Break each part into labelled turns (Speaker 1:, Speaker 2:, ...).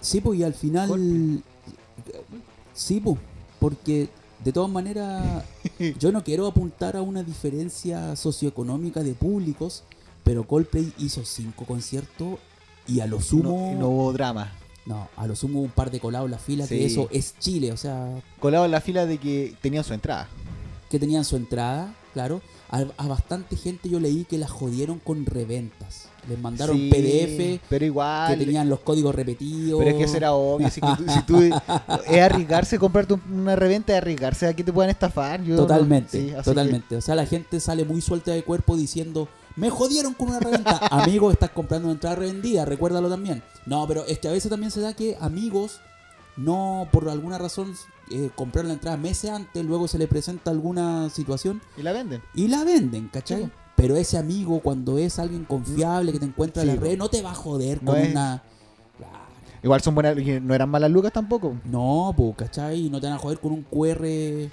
Speaker 1: Sí, pues, y al final.
Speaker 2: Golpe.
Speaker 1: Sí, pues, porque de todas maneras, yo no quiero apuntar a una diferencia socioeconómica de públicos, pero Coldplay hizo cinco conciertos y a lo sumo.
Speaker 2: No, no hubo drama.
Speaker 1: No, a lo sumo un par de colados en la fila,
Speaker 2: Sí.
Speaker 1: que eso es Chile, o sea,
Speaker 2: Colado en la fila de que tenían su entrada.
Speaker 1: que tenían su entrada, claro. A, a bastante gente yo leí que la jodieron con reventas. Les mandaron
Speaker 2: Sí,
Speaker 1: PDF
Speaker 2: Pero igual.
Speaker 1: que tenían los códigos repetidos.
Speaker 2: Pero es que eso era obvio. Si tú, si tú- es arriesgarse comprarte un- una reventa, es arriesgarse a que te puedan estafar. Yo no-
Speaker 1: Totalmente,
Speaker 2: sí, así que-
Speaker 1: totalmente. O sea, la gente sale muy suelta de cuerpo diciendo, me jodieron con una reventa. Amigo, estás comprando una entrada revendida, recuérdalo también. No, pero es que a veces también se da que amigos no, por alguna razón, eh, compraron la entrada meses antes, luego se le presenta alguna situación
Speaker 2: y la venden.
Speaker 1: y la venden, ¿cachai?
Speaker 2: Sí, po.
Speaker 1: Pero ese amigo, cuando es alguien confiable que te encuentra
Speaker 2: Sí,
Speaker 1: en la
Speaker 2: po.
Speaker 1: red, no te va a joder
Speaker 2: No
Speaker 1: con
Speaker 2: es-
Speaker 1: una...
Speaker 2: Igual son buenas, y no eran malas lucas tampoco.
Speaker 1: No, pues, ¿cachai? No te van a joder con un QR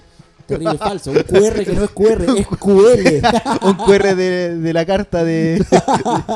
Speaker 1: terrible falso. Un QR que no es QR, es QL.
Speaker 2: un QR de, de la carta de,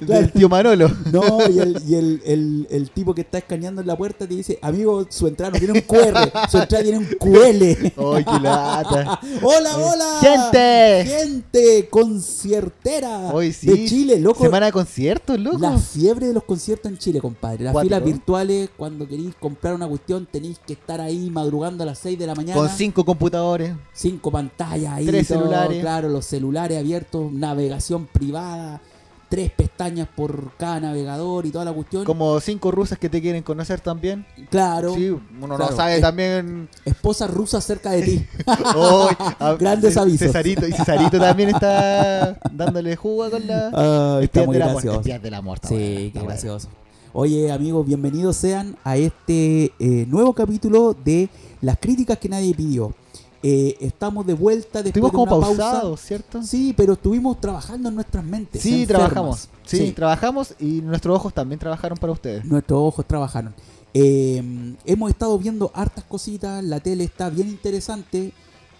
Speaker 2: del tío Manolo.
Speaker 1: No, y, el, y el, el- el tipo que está escaneando en la puerta te dice, amigo, su entrada no tiene un QR, su entrada tiene un QL.
Speaker 2: Ay, qué lata.
Speaker 1: ¡Hola, hola!
Speaker 2: Eh, ¡Gente!
Speaker 1: ¡Gente conciertera
Speaker 2: Hoy sí.
Speaker 1: de Chile, loco!
Speaker 2: Semana de conciertos, loco.
Speaker 1: La fiebre de los conciertos en Chile, compadre. Las
Speaker 2: Cuático.
Speaker 1: filas virtuales, cuando queréis comprar una cuestión, tenéis que estar ahí madrugando a las 6 de la mañana.
Speaker 2: Con cinco computadores.
Speaker 1: cinco pantallas ahí,
Speaker 2: Tres
Speaker 1: todo,
Speaker 2: celulares.
Speaker 1: claro, los celulares abiertos, navegación privada, tres pestañas por cada navegador y toda la cuestión.
Speaker 2: Como cinco rusas que te quieren conocer también.
Speaker 1: Claro,
Speaker 2: sí, uno
Speaker 1: claro, Eh.
Speaker 2: no sabe
Speaker 1: es-
Speaker 2: también.
Speaker 1: esposa rusa cerca de ti.
Speaker 2: Ay, a-
Speaker 1: Grandes
Speaker 2: Ce-
Speaker 1: avisos.
Speaker 2: Cesarito, y Cesarito también está dándole jugo con la.
Speaker 1: Ay, está
Speaker 2: Espías
Speaker 1: muy
Speaker 2: del amor,
Speaker 1: gracioso.
Speaker 2: espías del amor, está buena,
Speaker 1: Sí,
Speaker 2: está
Speaker 1: qué
Speaker 2: buena.
Speaker 1: gracioso. Oye, amigos, bienvenidos sean a este eh, nuevo capítulo de Las críticas que nadie pidió. Eh, estamos de vuelta después
Speaker 2: Estuvimos
Speaker 1: de
Speaker 2: como
Speaker 1: una pausa.
Speaker 2: pausados, ¿cierto?
Speaker 1: Sí, pero estuvimos trabajando en nuestras mentes.
Speaker 2: Sí,
Speaker 1: enfermas.
Speaker 2: trabajamos. Sí, trabajamos y nuestros ojos también trabajaron para ustedes.
Speaker 1: nuestros ojos trabajaron. Eh, hemos estado viendo hartas cositas, la tele está bien interesante,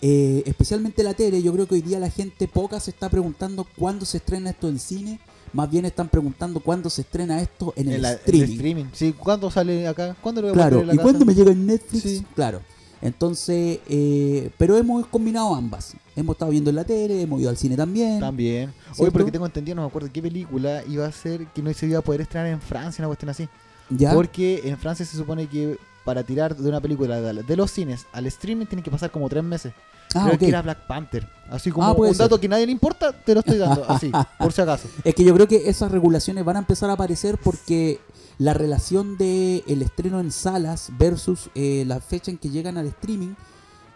Speaker 1: eh, especialmente la tele, yo creo que hoy día la gente poca se está preguntando cuándo se estrena esto en cine, más bien están preguntando cuándo se estrena esto en, el,
Speaker 2: la-
Speaker 1: streaming.
Speaker 2: streaming. Sí, ¿cuándo sale acá? ¿Cuándo lo voy a
Speaker 1: Claro,
Speaker 2: poner en la
Speaker 1: ¿y
Speaker 2: casa?
Speaker 1: cuándo me llega en Netflix?
Speaker 2: Sí.
Speaker 1: Claro. Entonces, eh, pero hemos combinado ambas. Hemos estado viendo en la tele, hemos ido al cine también.
Speaker 2: También. Oye,
Speaker 1: ¿Cierto?
Speaker 2: porque tengo entendido, no me acuerdo qué película iba a ser que no se iba a poder estrenar en Francia, una cuestión así.
Speaker 1: ¿Ya?
Speaker 2: Porque en Francia se supone que para tirar de una película de de los cines al streaming tienen que pasar como tres meses.
Speaker 1: Ah,
Speaker 2: Creo
Speaker 1: ok.
Speaker 2: que era Black Panther. Así como
Speaker 1: Ah, puede
Speaker 2: un dato que nadie le importa, te lo estoy dando, así, por si acaso.
Speaker 1: Es que yo creo que esas regulaciones van a empezar a aparecer porque la relación de el estreno en salas versus eh, la fecha en que llegan al streaming,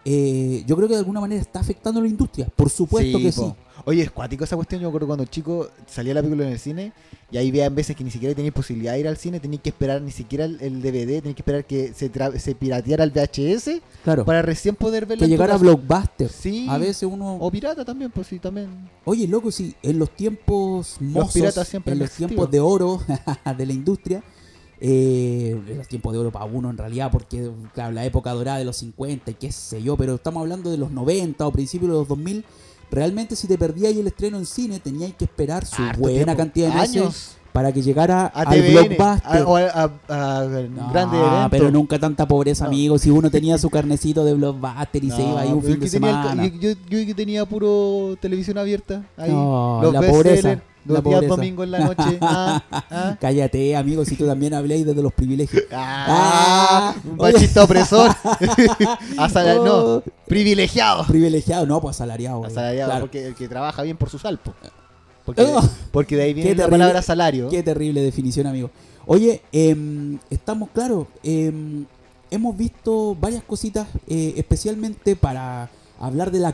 Speaker 1: eh, yo creo que de alguna manera está afectando a la industria. Por supuesto que
Speaker 2: po.
Speaker 1: sí.
Speaker 2: Oye, es cuático esa cuestión. Yo me acuerdo cuando chico salía la película en el cine y ahí vean veces que ni siquiera tenías posibilidad de ir al cine, tenías que esperar ni siquiera el, el DVD, tenías que esperar que se, tra- se pirateara el VHS
Speaker 1: Claro.
Speaker 2: para recién poder verlo.
Speaker 1: Que
Speaker 2: en tu
Speaker 1: llegar a
Speaker 2: casa.
Speaker 1: blockbuster.
Speaker 2: Sí.
Speaker 1: A veces uno.
Speaker 2: O pirata también, pues sí, también.
Speaker 1: Oye, loco, sí, en los tiempos mozos,
Speaker 2: piratas siempre
Speaker 1: en
Speaker 2: han
Speaker 1: los
Speaker 2: existido.
Speaker 1: tiempos de oro de la industria, eh, en los tiempos de oro para uno en realidad, porque claro, la época dorada de los 50 y qué sé yo, pero estamos hablando de los 90 o principios de los 2000, realmente si te perdías el estreno en cine tenías que esperar su
Speaker 2: Harto
Speaker 1: buena
Speaker 2: tiempo.
Speaker 1: cantidad de meses
Speaker 2: Años.
Speaker 1: para que llegara
Speaker 2: A
Speaker 1: al
Speaker 2: TVN,
Speaker 1: blockbuster.
Speaker 2: a- o a, a- a
Speaker 1: No,
Speaker 2: grandes eventos.
Speaker 1: pero nunca tanta pobreza,
Speaker 2: No.
Speaker 1: amigo. Si uno tenía su carnecito de blockbuster y se
Speaker 2: No,
Speaker 1: iba ahí un
Speaker 2: pero
Speaker 1: fin de
Speaker 2: yo tenía el ca-
Speaker 1: semana.
Speaker 2: yo, yo- yo que tenía puro televisión abierta. Ahí,
Speaker 1: No,
Speaker 2: los
Speaker 1: la
Speaker 2: bestsellers,
Speaker 1: pobreza,
Speaker 2: Los
Speaker 1: la
Speaker 2: días
Speaker 1: pobreza.
Speaker 2: domingo en la noche. ah, ah,
Speaker 1: Cállate, amigo, si tú también habléis desde los privilegios.
Speaker 2: ah,
Speaker 1: Ah,
Speaker 2: un
Speaker 1: oye.
Speaker 2: machista opresor. Asala- No,
Speaker 1: Oh.
Speaker 2: privilegiado.
Speaker 1: Privilegiado, no, pues asalariado. güey.
Speaker 2: Asalariado,
Speaker 1: Claro.
Speaker 2: porque el que trabaja bien por su salpo. Porque,
Speaker 1: Oh.
Speaker 2: porque de ahí viene
Speaker 1: Qué
Speaker 2: la
Speaker 1: terrible.
Speaker 2: palabra salario.
Speaker 1: Qué terrible definición, amigo. Oye, em, estamos claros. em, hemos visto varias cositas, eh, especialmente para hablar de la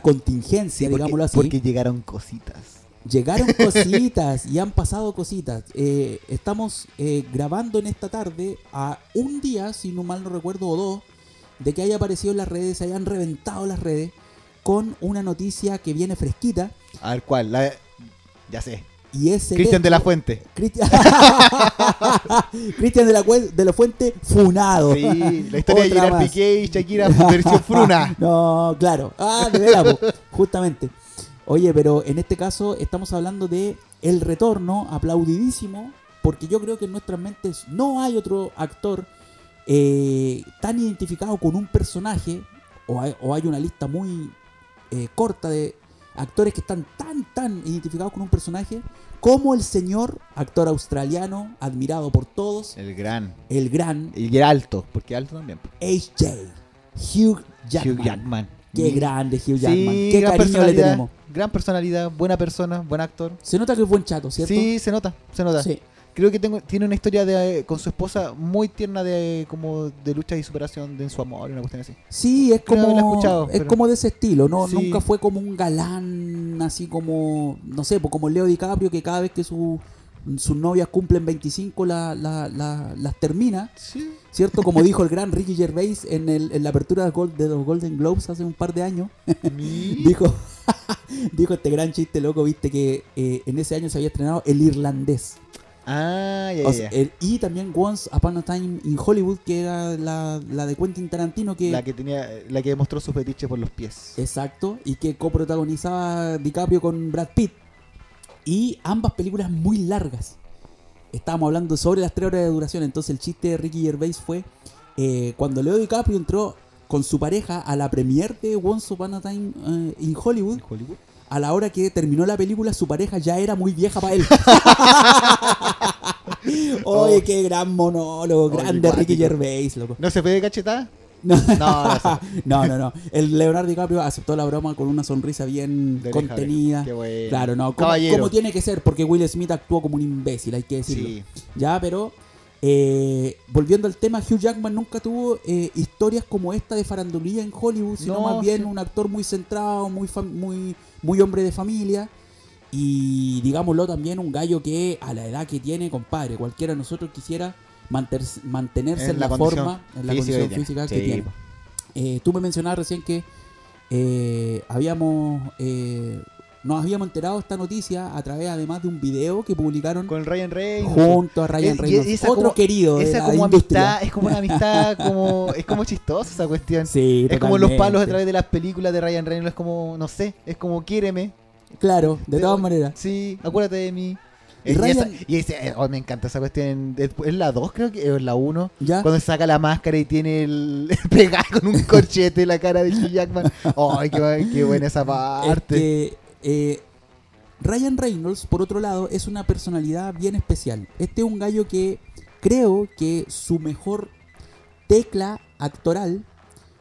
Speaker 2: Sí,
Speaker 1: contingencia,
Speaker 2: porque,
Speaker 1: digámoslo así.
Speaker 2: porque llegaron cositas.
Speaker 1: Llegaron cositas y han pasado cositas. Eh, estamos eh, grabando en esta tarde a un día, si no mal no recuerdo, o dos, de que haya aparecido en las redes, se hayan reventado las redes, con una noticia que viene fresquita.
Speaker 2: A ver, ¿cuál? La- ya sé.
Speaker 1: Y es el
Speaker 2: Cristian de
Speaker 1: hecho-
Speaker 2: la Fuente.
Speaker 1: Cristian Cristian de la, Cue- de la Fuente funado.
Speaker 2: Sí, la historia de
Speaker 1: Otra
Speaker 2: Gerard
Speaker 1: más.
Speaker 2: Piqué y Shakira versión Fruna.
Speaker 1: No, claro. Ah, de veras, po. justamente. Oye, pero en este caso estamos hablando de el retorno aplaudidísimo porque yo creo que en nuestras mentes no hay otro actor eh, tan identificado con un personaje, o hay, o hay una lista muy eh, corta de actores que están tan, tan identificados con un personaje, como el señor, actor australiano, admirado por todos,
Speaker 2: El gran.
Speaker 1: el gran
Speaker 2: Y era alto, porque alto también.
Speaker 1: H.J. Hugh Jackman.
Speaker 2: Hugh Jackman.
Speaker 1: Qué grande Hugh Jackman.
Speaker 2: Sí,
Speaker 1: Qué
Speaker 2: gran
Speaker 1: cariño le
Speaker 2: personalidad,
Speaker 1: tenemos.
Speaker 2: Gran personalidad, buena persona, buen actor.
Speaker 1: Se nota que es buen chato, ¿cierto?
Speaker 2: Sí, se nota, se nota.
Speaker 1: Sí.
Speaker 2: Creo que tengo, tiene una historia de, eh, con su esposa muy tierna de eh, como de lucha y superación de en su amor, una cuestión así.
Speaker 1: Sí, es
Speaker 2: Creo
Speaker 1: como,
Speaker 2: haberla escuchado,
Speaker 1: es
Speaker 2: pero-
Speaker 1: como de ese estilo, ¿no?
Speaker 2: Sí.
Speaker 1: Nunca fue como un galán así como, no sé, pues como Leo DiCaprio que cada vez que su, sus novias cumplen 25 la, la- la- las termina,
Speaker 2: Sí.
Speaker 1: ¿cierto? Como dijo el gran Ricky Gervais en, el- en la apertura de, Gold- de los Golden Globes hace un par de años, dijo, dijo este gran chiste loco, viste, que eh, en ese año se había estrenado El Irlandés.
Speaker 2: Ah, ya,
Speaker 1: O
Speaker 2: ya,
Speaker 1: sea,
Speaker 2: ya.
Speaker 1: el- y también Once Upon a Time in Hollywood, que era la, la de Quentin Tarantino, que...
Speaker 2: La que tenía, la que demostró su fetiche por los pies.
Speaker 1: Exacto, y que coprotagonizaba DiCaprio con Brad Pitt. Y ambas películas muy largas. Estábamos hablando sobre las 3 horas de duración, entonces el chiste de Ricky Gervais fue eh, cuando Leo DiCaprio entró con su pareja a la premiere de Once Upon a Time eh, in Hollywood,
Speaker 2: ¿En Hollywood?
Speaker 1: a la hora que terminó la película su pareja ya era muy vieja para él. Oye, qué gran monólogo,
Speaker 2: Oh. Oye,
Speaker 1: grande Ricky
Speaker 2: cuático.
Speaker 1: Gervais, loco.
Speaker 2: ¿No se fue de cachetada?
Speaker 1: No.
Speaker 2: No, no, se-
Speaker 1: No, no, no. El Leonardo DiCaprio aceptó la broma con una sonrisa bien
Speaker 2: de oreja a oreja.
Speaker 1: contenida.
Speaker 2: Qué bueno.
Speaker 1: Claro, no, como,
Speaker 2: Caballero.
Speaker 1: como tiene que ser, porque Will Smith actuó como un imbécil, hay que decirlo.
Speaker 2: Sí.
Speaker 1: Ya, pero eh, volviendo al tema, Hugh Jackman nunca tuvo eh, historias como esta de farandulía en Hollywood, sino
Speaker 2: No,
Speaker 1: más bien
Speaker 2: sí.
Speaker 1: un actor muy centrado, muy, fam- muy, muy hombre de familia. Y digámoslo también, un gallo que a la edad que tiene, compadre, cualquiera de nosotros quisiera manter- mantenerse en,
Speaker 2: En
Speaker 1: la,
Speaker 2: la condición
Speaker 1: forma, en la
Speaker 2: física que tiene.
Speaker 1: condición física que
Speaker 2: Sí.
Speaker 1: tiene. Eh, tú me mencionabas recién que eh, habíamos eh, nos habíamos enterado esta noticia a través además de un video que publicaron
Speaker 2: Con Ryan Reynolds.
Speaker 1: junto a Ryan
Speaker 2: Y- y
Speaker 1: Reynolds,
Speaker 2: esa
Speaker 1: otro
Speaker 2: como-
Speaker 1: querido de
Speaker 2: Esa
Speaker 1: la
Speaker 2: como
Speaker 1: industria.
Speaker 2: amistad, es como una amistad, como, es como chistosa esa cuestión.
Speaker 1: Sí,
Speaker 2: es como los
Speaker 1: totalmente.
Speaker 2: palos a través de las películas de Ryan Reynolds, es como, no sé, es como quiéreme,
Speaker 1: Claro, de
Speaker 2: de-
Speaker 1: todas maneras.
Speaker 2: sí, acuérdate de mí.
Speaker 1: Y
Speaker 2: Y, esa-
Speaker 1: Ryan-
Speaker 2: y ese- eh, oh, me encanta esa cuestión. en- después- Es la 2, creo que, o es la 1.
Speaker 1: ¿Ya?
Speaker 2: Cuando saca la máscara y tiene el pegado con un corchete la cara de Hugh Jackman. ¡Ay, qué, bu- qué buena esa parte!
Speaker 1: Este, eh, Ryan Reynolds, por otro lado, es una personalidad bien especial. Este es un gallo que creo que su mejor tecla actoral,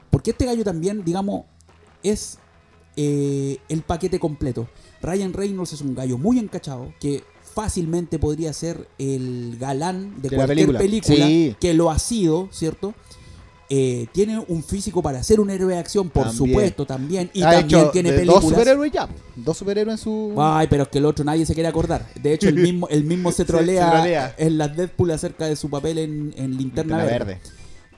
Speaker 1: porque este gallo también, digamos, es eh, el paquete completo. Ryan Reynolds es un gallo muy encachado que fácilmente podría ser el galán de,
Speaker 2: De la
Speaker 1: cualquier
Speaker 2: película.
Speaker 1: película
Speaker 2: Sí.
Speaker 1: que lo ha sido, ¿cierto? Eh, tiene un físico para ser un héroe de acción, por
Speaker 2: También.
Speaker 1: supuesto, también. Y
Speaker 2: Ha
Speaker 1: también
Speaker 2: hecho
Speaker 1: tiene
Speaker 2: Ah, de dos
Speaker 1: películas.
Speaker 2: superhéroes ya. Dos superhéroes en su.
Speaker 1: Ay, pero es que el otro nadie se quiere acordar. De hecho, el mismo, el mismo se
Speaker 2: Se- se
Speaker 1: trolea,
Speaker 2: trolea.
Speaker 1: en las Deadpool acerca de su papel en, en
Speaker 2: Linterna
Speaker 1: Linterna, Verde,
Speaker 2: verde.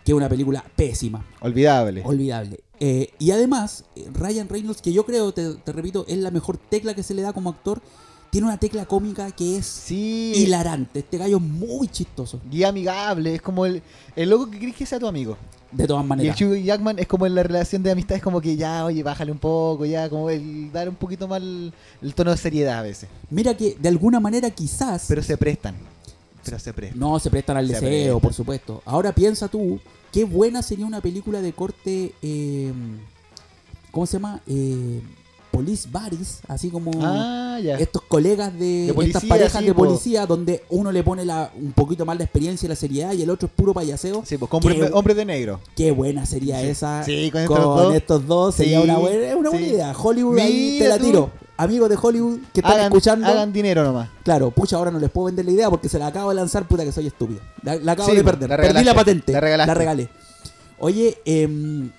Speaker 1: que es una película pésima,
Speaker 2: Olvidable.
Speaker 1: olvidable. Eh, y además, eh, Ryan Reynolds, que yo creo, te, te repito, es la mejor tecla que se le da como actor, tiene una tecla cómica que es
Speaker 2: sí.
Speaker 1: hilarante. Este gallo es muy chistoso,
Speaker 2: y amigable. Es como el, el loco que crees que sea tu amigo.
Speaker 1: de todas
Speaker 2: Y el
Speaker 1: maneras.
Speaker 2: Hugh Jackman es como en la relación de amistad, es como que ya, oye, bájale un poco, ya, como el dar un poquito más el, el tono de seriedad a veces.
Speaker 1: Mira que de alguna manera quizás...
Speaker 2: Pero se prestan. Pero se prestan.
Speaker 1: No, se prestan al
Speaker 2: Se
Speaker 1: deseo,
Speaker 2: prestan.
Speaker 1: por supuesto. Ahora piensa tú, qué buena sería una película de corte. eh, ¿Cómo se llama? Eh, police Buddies, así como.
Speaker 2: Ah, ya.
Speaker 1: Estos colegas de,
Speaker 2: De policía,
Speaker 1: estas parejas
Speaker 2: sí,
Speaker 1: de
Speaker 2: po.
Speaker 1: policía, donde uno le pone la, un poquito más la experiencia y la seriedad, y el otro es puro payaseo.
Speaker 2: Sí, pues con hombre,
Speaker 1: Qué-
Speaker 2: hombre de negro.
Speaker 1: Qué buena sería esa.
Speaker 2: Sí, con
Speaker 1: con
Speaker 2: estos dos.
Speaker 1: estos dos sería
Speaker 2: Sí,
Speaker 1: una buena, es una buena
Speaker 2: sí.
Speaker 1: idea. Hollywood, ahí te
Speaker 2: Mira
Speaker 1: la
Speaker 2: tú.
Speaker 1: tiro. Amigos de Hollywood que están
Speaker 2: Hagan,
Speaker 1: escuchando.
Speaker 2: hagan dinero nomás.
Speaker 1: Claro, pucha, ahora no les puedo vender la idea porque se la acabo de lanzar, puta que soy estúpido. La, la acabo
Speaker 2: Sí,
Speaker 1: de
Speaker 2: pues,
Speaker 1: perder.
Speaker 2: la
Speaker 1: Perdí la
Speaker 2: regalaste,
Speaker 1: patente.
Speaker 2: la regalaste.
Speaker 1: regalé. Oye, em,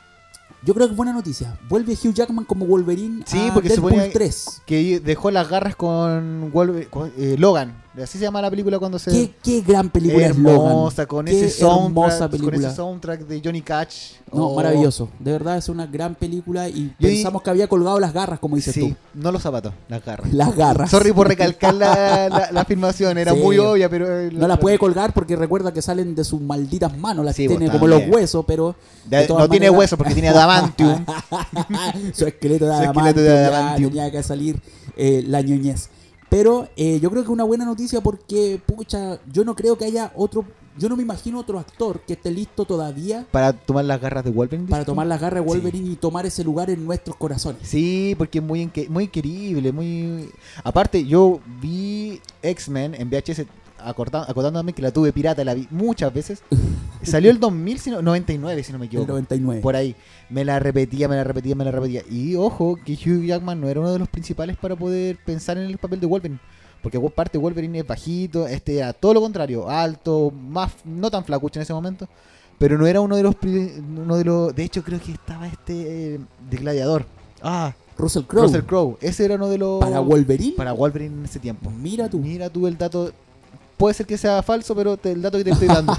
Speaker 1: yo creo que es buena noticia. Vuelve Hugh Jackman como Wolverine
Speaker 2: Sí,
Speaker 1: a
Speaker 2: porque
Speaker 1: Deadpool
Speaker 2: suponía-
Speaker 1: 3.
Speaker 2: Que dejó las garras con, Wolver- con, eh, Logan. Así se llama la película cuando se.
Speaker 1: ¿Qué, qué gran película es Logan.
Speaker 2: hermosa, con
Speaker 1: Qué
Speaker 2: ese, soundtrack,
Speaker 1: hermosa
Speaker 2: con
Speaker 1: película.
Speaker 2: ese soundtrack de Johnny Cash.
Speaker 1: no,
Speaker 2: Oh,
Speaker 1: maravilloso. De verdad es una gran película y
Speaker 2: Yo-
Speaker 1: pensamos que había colgado las garras, como dices
Speaker 2: Sí, no los zapatos, las garras.
Speaker 1: tú. Las garras.
Speaker 2: Sorry por recalcar la, la, la afirmación, era
Speaker 1: Sí.
Speaker 2: muy obvia, pero. eh,
Speaker 1: no las puede colgar porque recuerda que salen de sus malditas manos, las
Speaker 2: Sí,
Speaker 1: tiene
Speaker 2: pues,
Speaker 1: como los
Speaker 2: también.
Speaker 1: huesos, pero
Speaker 2: De-
Speaker 1: de
Speaker 2: no
Speaker 1: todas
Speaker 2: tiene
Speaker 1: maneras-
Speaker 2: hueso porque tiene adamantium.
Speaker 1: su esqueleto de
Speaker 2: Su esqueleto
Speaker 1: adamantium,
Speaker 2: de
Speaker 1: ya
Speaker 2: adamantium.
Speaker 1: tenía que salir eh, la ñoñez. Pero eh, yo creo que es una buena noticia porque, pucha, yo no creo que haya otro. Yo no me imagino otro actor que esté listo todavía
Speaker 2: Para tomar las garras de Wolverine.
Speaker 1: para
Speaker 2: dices tú?
Speaker 1: tomar las garras de Wolverine y tomar ese lugar en nuestros corazones.
Speaker 2: Sí, porque es muy, inque- muy querible, muy... Aparte, yo vi X-Men en VHS, acorda- acotándome que la tuve pirata, la vi muchas veces. Salió el 2000, si no- 99, si no me
Speaker 1: El
Speaker 2: equivoco.
Speaker 1: 99.
Speaker 2: Por ahí. Me la repetía, me la repetía, me la repetía. Y ojo, que Hugh Jackman no era uno de los principales para poder pensar en el papel de Wolverine. Porque por parte Wolverine es bajito, este a todo lo contrario, alto, más no tan flacucho en ese momento. Pero no era uno de los... pri- Uno de, los de hecho, creo que estaba este eh, de Gladiador. Ah,
Speaker 1: Russell Crowe.
Speaker 2: Russell Crowe. Ese era uno de los...
Speaker 1: Para Wolverine.
Speaker 2: para Wolverine en ese tiempo.
Speaker 1: Mira tú.
Speaker 2: Mira tú el dato... Puede ser que sea falso, pero te- el dato que te estoy dando.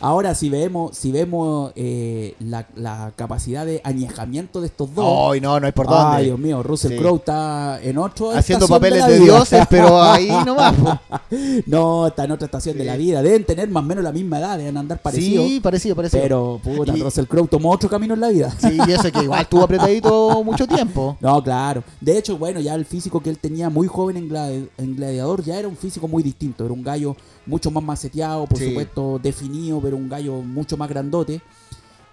Speaker 1: Ahora, si vemos, si vemos eh, la, la capacidad de añejamiento de estos dos.
Speaker 2: Ay, no, no hay Oh, por dónde.
Speaker 1: Ay, Dios mío, Russell
Speaker 2: Sí.
Speaker 1: Crowe está en otro.
Speaker 2: haciendo
Speaker 1: estación
Speaker 2: papeles
Speaker 1: la
Speaker 2: de, ¿eh?
Speaker 1: vida.
Speaker 2: dioses, pero ahí nomás. po.
Speaker 1: No, está en otra estación de
Speaker 2: Sí.
Speaker 1: la vida. Deben tener más o menos la misma edad, deben andar parecidos.
Speaker 2: Sí, parecido, parecido.
Speaker 1: pero, puta,
Speaker 2: Y-
Speaker 1: Russell Crowe tomó otro camino en la vida.
Speaker 2: Sí, y eso que igual estuvo apretadito mucho tiempo.
Speaker 1: No, claro. De hecho, bueno, ya el físico que él tenía muy joven en, Gladi- en Gladiador ya era un físico muy distinto. Era un gallo mucho más maceteado, por
Speaker 2: Sí.
Speaker 1: supuesto, definido, pero un gallo mucho más grandote.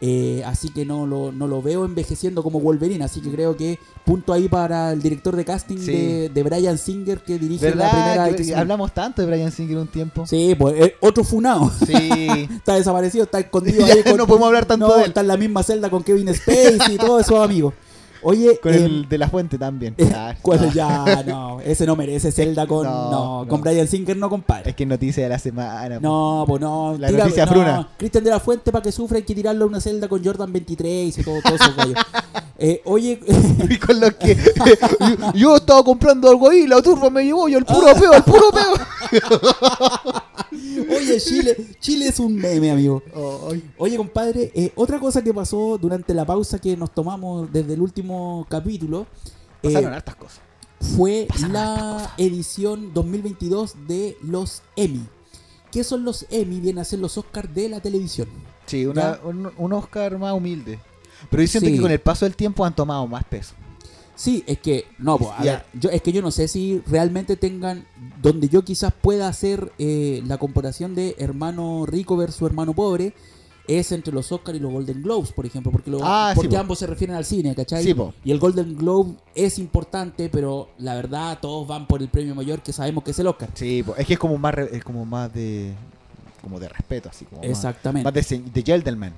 Speaker 1: Eh, así que no lo, no lo veo envejeciendo como Wolverine. Así que creo que punto ahí para el director de casting
Speaker 2: Sí.
Speaker 1: de, de Brian Singer que dirige la primera
Speaker 2: ¿Verdad? Que
Speaker 1: X-Men.
Speaker 2: hablamos tanto de Brian Singer un tiempo.
Speaker 1: Sí, pues eh, otro funado.
Speaker 2: Sí.
Speaker 1: Está desaparecido, está escondido
Speaker 2: Ya
Speaker 1: ahí.
Speaker 2: no podemos hablar tanto
Speaker 1: no,
Speaker 2: de él.
Speaker 1: Está en la misma celda con Kevin Spacey y todos esos amigos. Oye,
Speaker 2: Con
Speaker 1: em,
Speaker 2: el de la fuente también. Ah,
Speaker 1: cuando
Speaker 2: no.
Speaker 1: ya, no, ese no merece Zelda con,
Speaker 2: No,
Speaker 1: no,
Speaker 2: no.
Speaker 1: con Brian Singer no compara.
Speaker 2: Es que noticia de la semana. po.
Speaker 1: No, pues no.
Speaker 2: La noticia
Speaker 1: no,
Speaker 2: fruna.
Speaker 1: Cristian de la Fuente, para que sufra, hay que tirarlo a una celda con Jordan 23 y todo, todo esos gallos. Eh, oye,
Speaker 2: Y con los que yo, yo estaba comprando algo ahí, la turba me llevó, yo el puro peo, el puro peo.
Speaker 1: oye, Chile, Chile es un meme, amigo.
Speaker 2: Ay,
Speaker 1: Oye, compadre, eh, otra cosa que pasó durante la pausa que nos tomamos desde el último capítulo eh,
Speaker 2: pasaron hartas cosas.
Speaker 1: fue la edición 2022 de los Emmy. ¿Qué son los Emmy? Vienen a ser los Oscars de la televisión.
Speaker 2: Sí, una-
Speaker 1: Ya.
Speaker 2: un, un Oscar más humilde. Pero yo siento
Speaker 1: Sí.
Speaker 2: que con el paso del tiempo han tomado más peso.
Speaker 1: Sí, es que no, pues, a
Speaker 2: Ya.
Speaker 1: ver, yo, es que yo no sé si realmente tengan donde yo quizás pueda hacer eh, la comparación de hermano rico versus hermano pobre es entre los Oscar y los Golden Globes, por ejemplo, porque, lo-
Speaker 2: Ah, sí,
Speaker 1: porque
Speaker 2: po.
Speaker 1: ambos se refieren al cine, ¿cachai?
Speaker 2: Sí, po.
Speaker 1: y el Golden Globe es importante, pero la verdad todos van por el premio mayor que sabemos que es el Oscar.
Speaker 2: Sí, po, es que es como más, re- es como más de, como de respeto, así como más-
Speaker 1: Exactamente.
Speaker 2: más, de, se- de gentleman.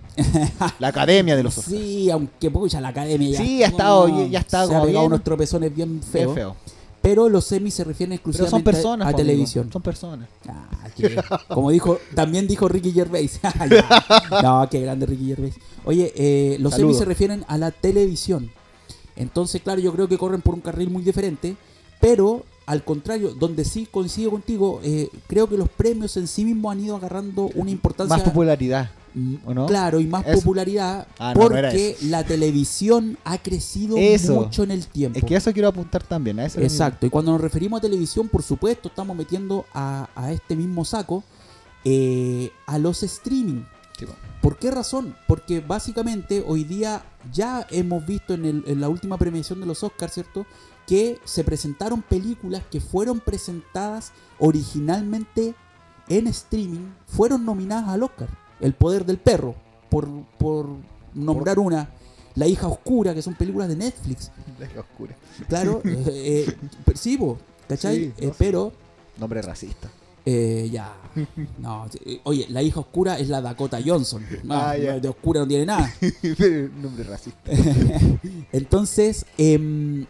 Speaker 2: la academia de los Oscars.
Speaker 1: Sí, aunque pucha, la academia ya
Speaker 2: Sí, ha
Speaker 1: como-
Speaker 2: estado- ya- ya está
Speaker 1: se ha
Speaker 2: como
Speaker 1: pegado
Speaker 2: bien-
Speaker 1: unos tropezones bien
Speaker 2: Qué
Speaker 1: feos,
Speaker 2: feo.
Speaker 1: pero los Emmy se refieren
Speaker 2: Pero son
Speaker 1: exclusivamente
Speaker 2: personas,
Speaker 1: a
Speaker 2: po, amigo,
Speaker 1: televisión.
Speaker 2: Son personas.
Speaker 1: Ah, qué- Como dijo, también dijo Ricky Gervais. Ah, Ya. no, qué grande Ricky Gervais. Oye, eh, los
Speaker 2: Saludos.
Speaker 1: Emmy se refieren a la televisión. Entonces, claro, yo creo que corren por un carril muy diferente, pero al contrario, donde sí coincido contigo, eh, creo que los premios en sí mismos han ido agarrando una importancia
Speaker 2: Más popularidad.
Speaker 1: mm,
Speaker 2: ¿o no?
Speaker 1: Claro, y más
Speaker 2: Eso.
Speaker 1: popularidad
Speaker 2: Ah, no, no era
Speaker 1: porque la televisión ha crecido
Speaker 2: Eso.
Speaker 1: mucho en el tiempo.
Speaker 2: Es que eso quiero apuntar también. A eso
Speaker 1: Exacto, y cuando nos referimos a televisión, por supuesto, estamos metiendo a, a este mismo saco eh, a los streaming.
Speaker 2: Sí, po.
Speaker 1: ¿Por qué razón? Porque básicamente hoy día ya hemos visto en, el- en la última premiación de los Oscars, ¿cierto? Que se presentaron películas que fueron presentadas originalmente en streaming, fueron nominadas al Oscar. El poder del perro, por, por nombrar una. La hija oscura, que son películas de Netflix.
Speaker 2: La oscura.
Speaker 1: Claro, eh, eh, per- sí, po, ¿cachai?
Speaker 2: Sí, no
Speaker 1: Eh,
Speaker 2: sé.
Speaker 1: pero,
Speaker 2: Nombre racista.
Speaker 1: eh, ya. No, eh, oye, la hija oscura es la Dakota Johnson. No,
Speaker 2: Ah, ya.
Speaker 1: no, De oscura no tiene nada.
Speaker 2: Nombre racista.
Speaker 1: Entonces, em,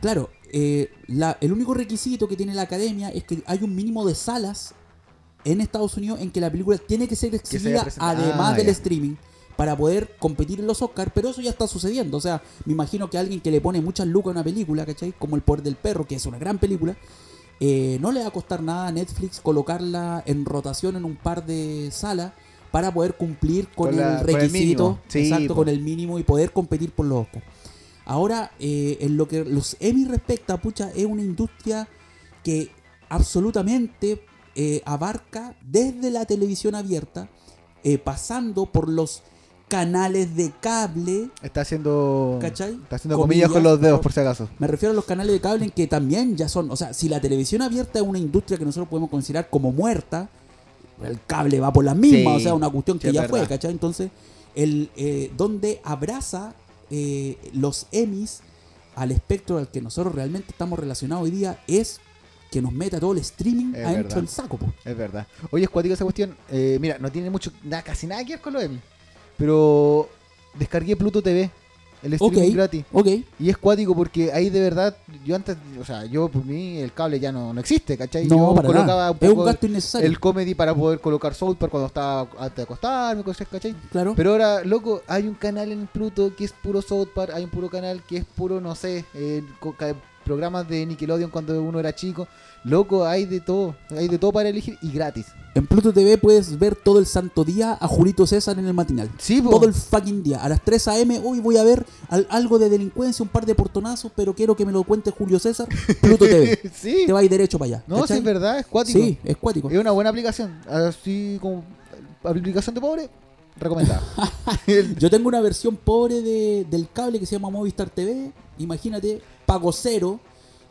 Speaker 1: claro, eh, la- el único requisito que tiene la academia es que hay un mínimo de salas en Estados Unidos en que la película tiene que ser
Speaker 2: se
Speaker 1: exhibida
Speaker 2: haya presentado.
Speaker 1: además
Speaker 2: Ah,
Speaker 1: del
Speaker 2: ya.
Speaker 1: streaming para poder competir en los Oscars, pero eso ya está sucediendo. O sea, me imagino que alguien que le pone muchas lucas a una película, ¿cachai? Como El Poder del Perro, que es una gran película, eh, no le va a costar nada a Netflix colocarla en rotación en un par de salas para poder cumplir con,
Speaker 2: Con la-
Speaker 1: el
Speaker 2: con el
Speaker 1: requisito,
Speaker 2: mínimo. Sí,
Speaker 1: exacto,
Speaker 2: po.
Speaker 1: con el mínimo y poder competir por los Oscars. Ahora, eh, en lo que los Emmy respecta, pucha, es una industria que absolutamente eh, abarca desde la televisión abierta, eh, pasando por los canales de cable.
Speaker 2: Está haciendo.
Speaker 1: ¿Cachai?
Speaker 2: Está haciendo comillas,
Speaker 1: Comillas,
Speaker 2: con los dedos,
Speaker 1: pero-
Speaker 2: por si acaso.
Speaker 1: Me refiero a los canales de cable en que también ya son. O sea, si la televisión abierta es una industria que nosotros podemos considerar como muerta, el cable va por la misma,
Speaker 2: Sí,
Speaker 1: o sea, una cuestión
Speaker 2: sí,
Speaker 1: que
Speaker 2: es
Speaker 1: ya fue,
Speaker 2: verdad.
Speaker 1: ¿cachai? Entonces, el, eh, donde abraza eh, los emis al espectro al que nosotros realmente estamos relacionados hoy día es que nos meta todo el streaming
Speaker 2: Es
Speaker 1: adentro
Speaker 2: verdad.
Speaker 1: del saco, po.
Speaker 2: Es verdad. Oye, es cuático esa cuestión. Eh, mira, no tiene mucho, nada, casi nada que ver con lo de mí. Pero descargué Pluto TV, el
Speaker 1: Ok.
Speaker 2: streaming gratis.
Speaker 1: Ok.
Speaker 2: Y es cuático porque ahí de verdad, yo antes, o sea, yo por mí el cable ya no, no existe, ¿cachai?
Speaker 1: No,
Speaker 2: yo
Speaker 1: para
Speaker 2: colocaba
Speaker 1: nada.
Speaker 2: un
Speaker 1: es un
Speaker 2: poco
Speaker 1: gasto innecesario.
Speaker 2: el comedy para poder colocar software cuando estaba antes de acostarme, cosas, ¿cachai?
Speaker 1: claro.
Speaker 2: Pero ahora, loco, hay un canal en Pluto que es puro South Park, hay un puro canal que es puro, no sé, eh, co- ca- programas de Nickelodeon cuando uno era chico. Loco, hay de todo, hay de todo para elegir y gratis.
Speaker 1: En Pluto TV puedes ver todo el santo día a Julito César en el matinal.
Speaker 2: Sí, po.
Speaker 1: Todo el fucking día. A las 3 a.m. hoy voy a ver al- algo de delincuencia, un par de portonazos, pero quiero que me lo cuente Julio César. Pluto TV.
Speaker 2: sí.
Speaker 1: Te va a ir derecho para allá.
Speaker 2: No, sí,
Speaker 1: ¿cachai?
Speaker 2: es verdad, es cuático.
Speaker 1: Sí, es cuático.
Speaker 2: Es una buena aplicación, así como aplicación de pobre, recomendada. El-
Speaker 1: Yo tengo una versión pobre de- del cable que se llama Movistar TV. Imagínate, pago cero.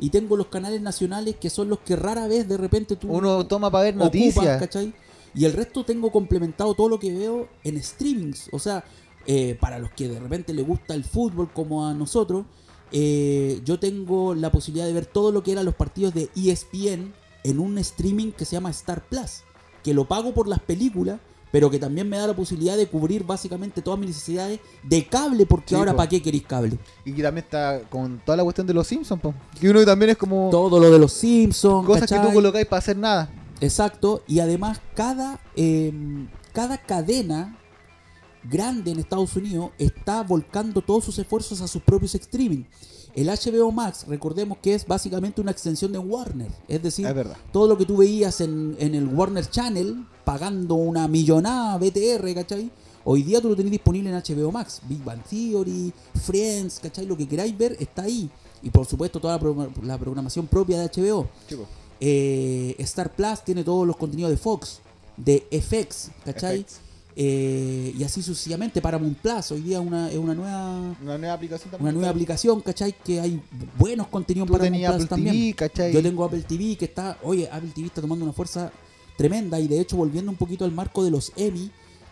Speaker 1: Y tengo los canales nacionales que son los que rara vez de repente tú
Speaker 2: uno toma para ver
Speaker 1: ocupas,
Speaker 2: noticias.
Speaker 1: ¿cachai? Y el resto tengo complementado todo lo que veo en streamings. O sea, eh, para los que de repente les gusta el fútbol como a nosotros, eh, yo tengo la posibilidad de ver todo lo que eran los partidos de E ESPN en un streaming que se llama Star Plus, que lo pago por las películas. Pero que también me da la posibilidad de cubrir básicamente todas mis necesidades de cable, porque
Speaker 2: Sí,
Speaker 1: ahora
Speaker 2: po.
Speaker 1: ¿para qué queréis cable?
Speaker 2: Y que también está con toda la cuestión de los Simpsons, po. que uno también es como
Speaker 1: Todo lo de los Simpsons,
Speaker 2: Oh. cosas que tú
Speaker 1: ¿cachai?
Speaker 2: colocáis para hacer nada.
Speaker 1: Exacto, y además cada, em, cada cadena grande en Estados Unidos está volcando todos sus esfuerzos a sus propios streaming. El HBO Max, recordemos que es básicamente una extensión de Warner, es decir,
Speaker 2: Es verdad.
Speaker 1: todo lo que tú veías en, en el Warner Channel, pagando una millonada BTR, ¿cachai? Hoy día tú lo tenés disponible en HBO Max. Big Bang Theory, Friends, ¿cachai? Lo que queráis ver está ahí. Y por supuesto toda la, pro- la programación propia de HBO. Eh, Star Plus tiene todos los contenidos de Fox, de FX, ¿cachai?
Speaker 2: FX.
Speaker 1: Eh, y así sucesivamente. Paramount Plus hoy día una, es una nueva,
Speaker 2: Una nueva aplicación también.
Speaker 1: una nueva
Speaker 2: aplicación.
Speaker 1: aplicación, ¿cachai? Que hay buenos contenidos
Speaker 2: Tú
Speaker 1: en Paramount
Speaker 2: tenías
Speaker 1: Plus
Speaker 2: Apple
Speaker 1: también.
Speaker 2: TV, ¿cachai?
Speaker 1: Yo tengo Apple TV que está, oye, Apple TV está tomando una fuerza tremenda y de hecho volviendo un poquito al marco de los Emmy,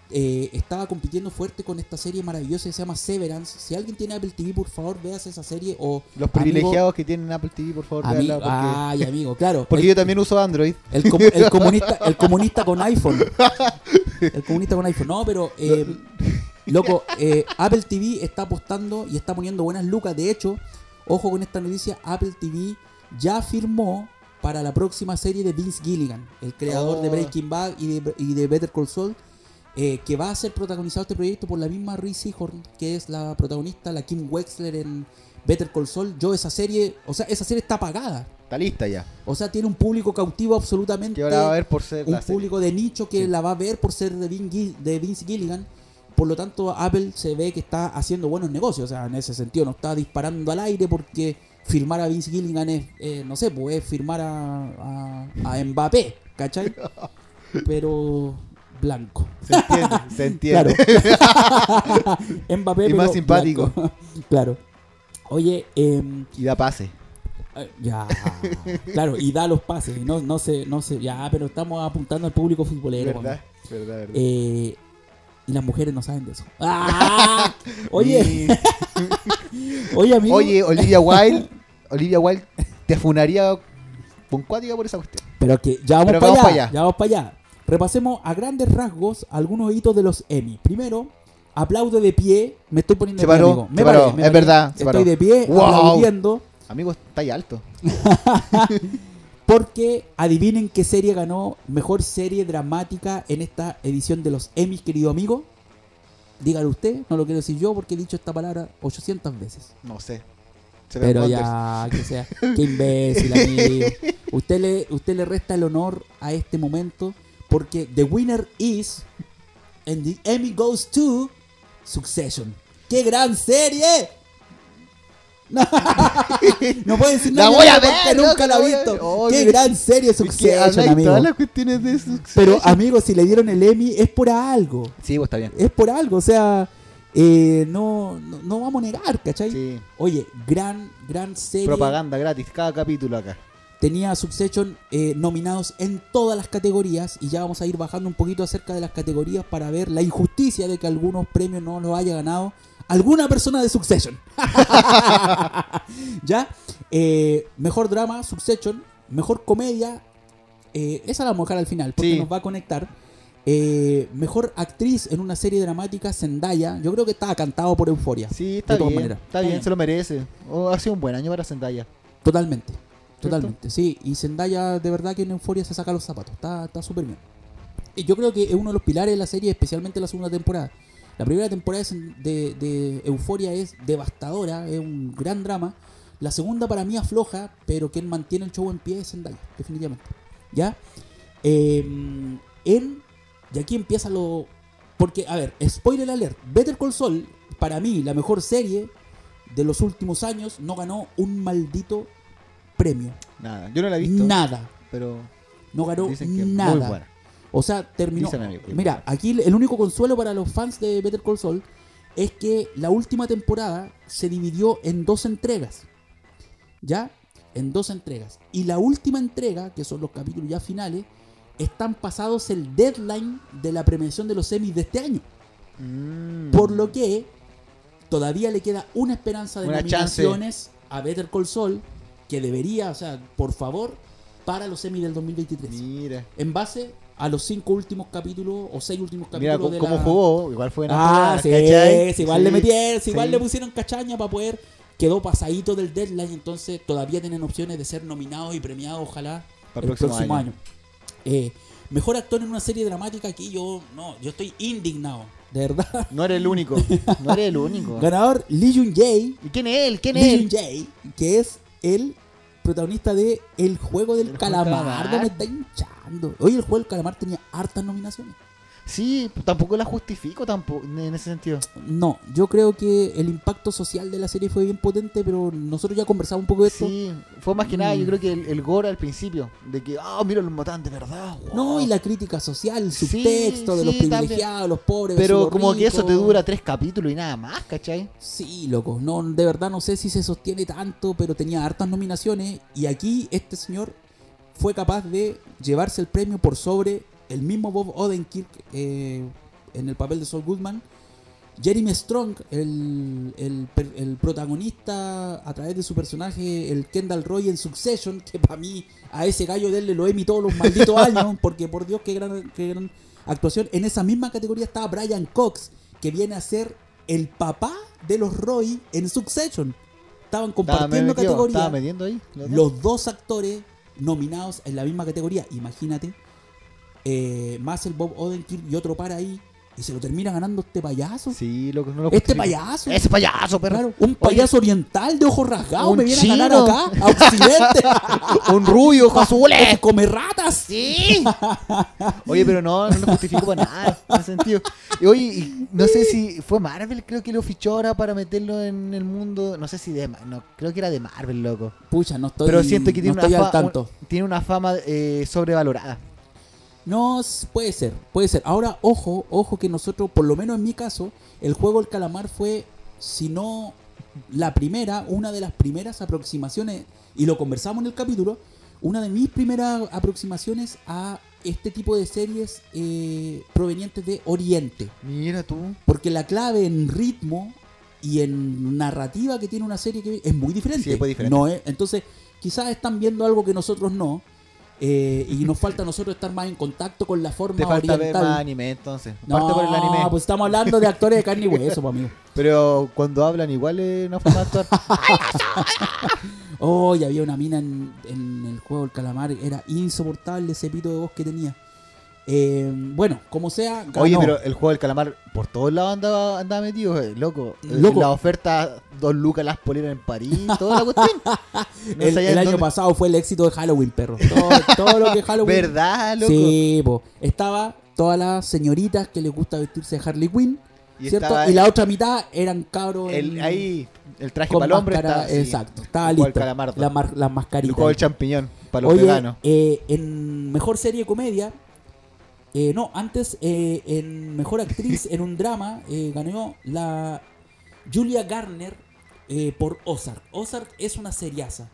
Speaker 1: eh, estaba compitiendo fuerte con esta serie maravillosa que se llama Severance. Si alguien tiene Apple TV, por favor, veas esa serie o...
Speaker 2: Los
Speaker 1: amigo-
Speaker 2: privilegiados que tienen Apple TV, por favor,
Speaker 1: ami-
Speaker 2: véanla, porque,
Speaker 1: ay, amigo, claro.
Speaker 2: porque
Speaker 1: ah, El-
Speaker 2: yo también uso Android.
Speaker 1: el, comu- el comunista, el comunista con iPhone. El comunista con iPhone. No, pero, eh, loco, eh, Apple TV está apostando y está poniendo buenas lucas. De hecho, ojo con esta noticia, Apple TV ya firmó para la próxima serie de Vince Gilligan, el creador
Speaker 2: Oh.
Speaker 1: de Breaking Bad y de, y de Better Call Saul, eh, que va a ser protagonizado este proyecto por la misma Reese Horn, que es la protagonista, la Kim Wexler en Better Call Saul. Yo esa serie, o sea, esa serie está pagada.
Speaker 2: Está lista ya.
Speaker 1: O sea, tiene un público cautivo absolutamente.
Speaker 2: Que ahora va a ver por ser
Speaker 1: un
Speaker 2: la serie.
Speaker 1: público de nicho que
Speaker 2: Sí.
Speaker 1: la va a ver por ser de, Vin Gil- de Vince Gilligan. Por lo tanto, Apple se ve que está haciendo buenos negocios. O sea, en ese sentido, no está disparando al aire porque firmar a Vince Gilligan es, eh, no sé, pues es firmar a, a, a Mbappé, ¿cachai? Pero blanco.
Speaker 2: Se entiende, se entiende.
Speaker 1: Claro. Mbappé,
Speaker 2: Y
Speaker 1: pero
Speaker 2: más simpático.
Speaker 1: blanco. claro. Oye, em,
Speaker 2: Y da pase.
Speaker 1: eh, Ya. claro, y da los pases. y No, no sé, no sé. Ya, pero estamos apuntando al público futbolero.
Speaker 2: ¿Verdad?
Speaker 1: weón.
Speaker 2: ¿Verdad? ¿Verdad?
Speaker 1: Eh, y las mujeres no saben de eso. ¡Ah! Oye,
Speaker 2: Y-
Speaker 1: oye, amigo.
Speaker 2: Oye, Olivia Wilde, Olivia Wilde te funaría con cuática por esa cuestión.
Speaker 1: Pero que ya vamos
Speaker 2: pero
Speaker 1: para
Speaker 2: vamos
Speaker 1: allá,
Speaker 2: pa' allá.
Speaker 1: Ya vamos para allá. Repasemos a grandes rasgos algunos hitos de los Emmy. Primero, aplaude de pie. Me estoy poniendo
Speaker 2: Se
Speaker 1: de pie,
Speaker 2: paró,
Speaker 1: amigo.
Speaker 2: se paró,
Speaker 1: paré,
Speaker 2: es verdad, se
Speaker 1: Estoy
Speaker 2: paró.
Speaker 1: de pie,
Speaker 2: Wow.
Speaker 1: aplaudiendo.
Speaker 2: Amigo, está ahí alto.
Speaker 1: Porque adivinen qué serie ganó mejor serie dramática en esta edición de los Emmys, querido amigo. Dígalo usted, no lo quiero decir yo porque he dicho esta palabra 800 veces.
Speaker 2: No sé. Se ve
Speaker 1: Pero
Speaker 2: Wonders.
Speaker 1: ya, que sea, qué imbécil, amigo. Usted le, usted le resta el honor a este momento porque the winner is and the Emmy goes to Succession. ¡Qué gran serie! No, no puedo decir
Speaker 2: La
Speaker 1: nada
Speaker 2: voy a
Speaker 1: porque
Speaker 2: ver, loco,
Speaker 1: nunca la
Speaker 2: la
Speaker 1: he
Speaker 2: voy a ver.
Speaker 1: visto.
Speaker 2: Ay,
Speaker 1: ¡Qué
Speaker 2: me-
Speaker 1: gran serie
Speaker 2: Es que
Speaker 1: Succession,
Speaker 2: habláis
Speaker 1: amigo!
Speaker 2: todas las cuestiones de Succession.
Speaker 1: Pero amigos, si le dieron el Emmy es por algo.
Speaker 2: Sí, pues está bien.
Speaker 1: Es por algo, o sea, eh, no, no, no vamos a negar, ¿cachai?
Speaker 2: Sí.
Speaker 1: Oye, gran, gran serie.
Speaker 2: Propaganda gratis, cada capítulo acá.
Speaker 1: Tenía Succession eh, nominados en todas las categorías y ya vamos a ir bajando un poquito acerca de las categorías para ver la injusticia de que algunos premios no los haya ganado alguna persona de Succession. ¿Ya? Eh, mejor drama, Succession. Mejor comedia. eh, esa la vamos a dejar al final porque
Speaker 2: Sí.
Speaker 1: nos va a conectar. Eh, mejor actriz en una serie dramática, Zendaya. Yo creo que estaba cantado por Euforia.
Speaker 2: Sí, está
Speaker 1: De todas
Speaker 2: bien.
Speaker 1: maneras.
Speaker 2: Está bien, se lo merece. Oh, ha sido un buen año para Zendaya.
Speaker 1: Totalmente, totalmente. Sí, y Zendaya de verdad que en Euforia se saca los zapatos. Está está súper bien. Y yo creo que es uno de los pilares de la serie, especialmente la segunda temporada. La primera temporada es en- de, de Euforia es devastadora, es un gran drama. La segunda para mí afloja, pero quien mantiene el show en pie es Zendaya, definitivamente. ¿Ya? Eh, en, y aquí empieza lo... Porque, a ver, spoiler alert, Better Call Saul, para mí, la mejor serie de los últimos años, no ganó un maldito premio.
Speaker 2: Nada, yo no la he visto.
Speaker 1: Nada.
Speaker 2: Pero
Speaker 1: No ganó
Speaker 2: dicen que es
Speaker 1: nada.
Speaker 2: muy buena.
Speaker 1: O sea, terminó.
Speaker 2: Dice mi amigo.
Speaker 1: Mira, aquí el único consuelo para los fans de Better Call Saul es que la última temporada se dividió en dos entregas. ¿Ya? En dos entregas. Y la última entrega, que son los capítulos ya finales, están pasados el deadline de la premiación de los semis de este año.
Speaker 2: Mm.
Speaker 1: Por lo que todavía le queda una esperanza de
Speaker 2: Una chance.
Speaker 1: nominaciones a Better Call Saul que debería, o sea, por favor, para los semis del 2023
Speaker 2: Mira,
Speaker 1: en base a los cinco últimos capítulos o seis últimos
Speaker 2: mira
Speaker 1: capítulos
Speaker 2: cómo, cómo
Speaker 1: de la...
Speaker 2: jugó. Igual fue una
Speaker 1: Ah, sí,
Speaker 2: ¿cachai?
Speaker 1: sí, igual
Speaker 2: Sí,
Speaker 1: le metieron, sí, igual
Speaker 2: sí.
Speaker 1: le pusieron cachaña para poder quedó pasadito del deadline, entonces todavía tienen opciones de ser nominados y premiados, ojalá
Speaker 2: Para
Speaker 1: el próximo, año. Eh, mejor actor en una serie dramática aquí yo no, yo estoy indignado, de verdad.
Speaker 2: No eres el único. No eres el único.
Speaker 1: Ganador Lee Jun Jae,
Speaker 2: ¿Y quién es él? ¿Quién es
Speaker 1: Lee
Speaker 2: él?
Speaker 1: Jun Jae, que es el protagonista de El juego del
Speaker 2: El Juego del
Speaker 1: calamar, no me
Speaker 2: Calamar.
Speaker 1: está hinchando. Oye, el juego del calamar tenía hartas nominaciones.
Speaker 2: Sí, tampoco la justifico tampoco en ese sentido.
Speaker 1: No, yo creo que el impacto social de la serie fue bien potente, pero nosotros ya conversamos un poco de esto.
Speaker 2: Sí, fue más que nada,
Speaker 1: Mm.
Speaker 2: yo creo que el, el gore al principio, de que, ah, mira los mutantes, ¿verdad? Wow".
Speaker 1: No, y la crítica social, el
Speaker 2: Sí,
Speaker 1: subtexto de los
Speaker 2: sí, también.
Speaker 1: privilegiados, los pobres. versus
Speaker 2: Pero
Speaker 1: los
Speaker 2: como que eso te
Speaker 1: ricos.
Speaker 2: dura tres capítulos y nada más, ¿cachai?
Speaker 1: Sí, loco. No, de verdad no sé si se sostiene tanto, pero tenía hartas nominaciones. Y aquí este señor fue capaz de llevarse el premio por sobre el mismo Bob Odenkirk eh, en el papel de Saul Goodman. Jeremy Strong, el, el per- el protagonista a través de su personaje, el Kendall Roy en Succession, que para mí a ese gallo de él le lo Emmy todos los malditos años, porque por Dios, qué gran, qué gran actuación. En esa misma categoría estaba Brian Cox, que viene a ser el papá de los Roy en Succession. Estaban
Speaker 2: Estaba medio
Speaker 1: compartiendo
Speaker 2: metido,
Speaker 1: categoría
Speaker 2: estaba metiendo ahí. los dos.
Speaker 1: los dos actores nominados en la misma categoría. Imagínate. Eh, más el Bob Odenkirk y otro para ahí. Y se lo termina ganando este payaso.
Speaker 2: Sí, loco, no lo
Speaker 1: este
Speaker 2: justifico.
Speaker 1: payaso.
Speaker 2: Ese payaso, perro.
Speaker 1: Claro, un
Speaker 2: Oye,
Speaker 1: payaso oriental de ojos rasgados
Speaker 2: un
Speaker 1: me viene a
Speaker 2: chino.
Speaker 1: ganar acá, a Occidente.
Speaker 2: un rubio, ojos
Speaker 1: Ojo,
Speaker 2: azules.
Speaker 1: come ratas.
Speaker 2: Sí. Oye, pero no, no lo justifico para nada. En ese sentido. Y, oye, y no sé si fue Marvel, creo que lo fichó ahora para meterlo en el mundo. No sé si de. Ma- No, creo que era de Marvel, loco.
Speaker 1: Pucha, no estoy,
Speaker 2: pero siento que tiene,
Speaker 1: no
Speaker 2: una,
Speaker 1: estoy al
Speaker 2: fa-
Speaker 1: tanto.
Speaker 2: un- tiene una fama eh, sobrevalorada.
Speaker 1: No, s- puede ser, puede ser. Ahora, ojo, ojo que nosotros, por lo menos en mi caso, el juego El Calamar fue, si no la primera, una de las primeras aproximaciones, y lo conversamos en el capítulo, una de mis primeras aproximaciones a este tipo de series eh, provenientes de Oriente.
Speaker 2: Mira tú.
Speaker 1: Porque la clave en ritmo y en narrativa que tiene una serie que es muy diferente.
Speaker 2: Sí, es muy diferente.
Speaker 1: No es- entonces, quizás están viendo algo que nosotros no. eh, y nos falta a nosotros estar más en contacto con la forma
Speaker 2: Te falta ver
Speaker 1: oriental.
Speaker 2: más anime entonces.
Speaker 1: no,
Speaker 2: Parte por el anime.
Speaker 1: pues estamos hablando de actores de carne y hueso, pa' amigo.
Speaker 2: Pero cuando hablan igual es una forma de actuar.
Speaker 1: Oh, y había una mina en, en el juego del calamar. Era insoportable ese pito de voz que tenía. Eh, bueno, como sea, ganó.
Speaker 2: Oye, pero el juego del calamar por todos lados andaba, andaba metido, eh, loco. Eh,
Speaker 1: Loco.
Speaker 2: La oferta, dos lucas las poleras en París, toda la cuestión. No
Speaker 1: el,
Speaker 2: sabía
Speaker 1: el
Speaker 2: en
Speaker 1: año
Speaker 2: dónde-
Speaker 1: pasado fue el éxito de Halloween, perro. Todo, todo lo que Halloween.
Speaker 2: ¿Verdad, loco?
Speaker 1: Sí, po. Estaba todas las señoritas que les gusta vestirse de Harley Quinn,
Speaker 2: Y
Speaker 1: ¿cierto?
Speaker 2: estaba
Speaker 1: Y la otra mitad eran cabros
Speaker 2: el,
Speaker 1: en-
Speaker 2: ahí, el traje
Speaker 1: con
Speaker 2: para el hombre.
Speaker 1: máscara,
Speaker 2: estaba, sí.
Speaker 1: Exacto, estaba
Speaker 2: El juego del
Speaker 1: listo.
Speaker 2: calamar,
Speaker 1: la
Speaker 2: ¿no?
Speaker 1: mar- las
Speaker 2: El
Speaker 1: mascaritas.
Speaker 2: juego del champiñón, para los
Speaker 1: Oye,
Speaker 2: veganos.
Speaker 1: eh, en mejor serie de comedia Eh, no, antes eh, en Mejor Actriz en un drama eh, ganó la Julia Garner eh, por Ozark. Ozark es una seriaza.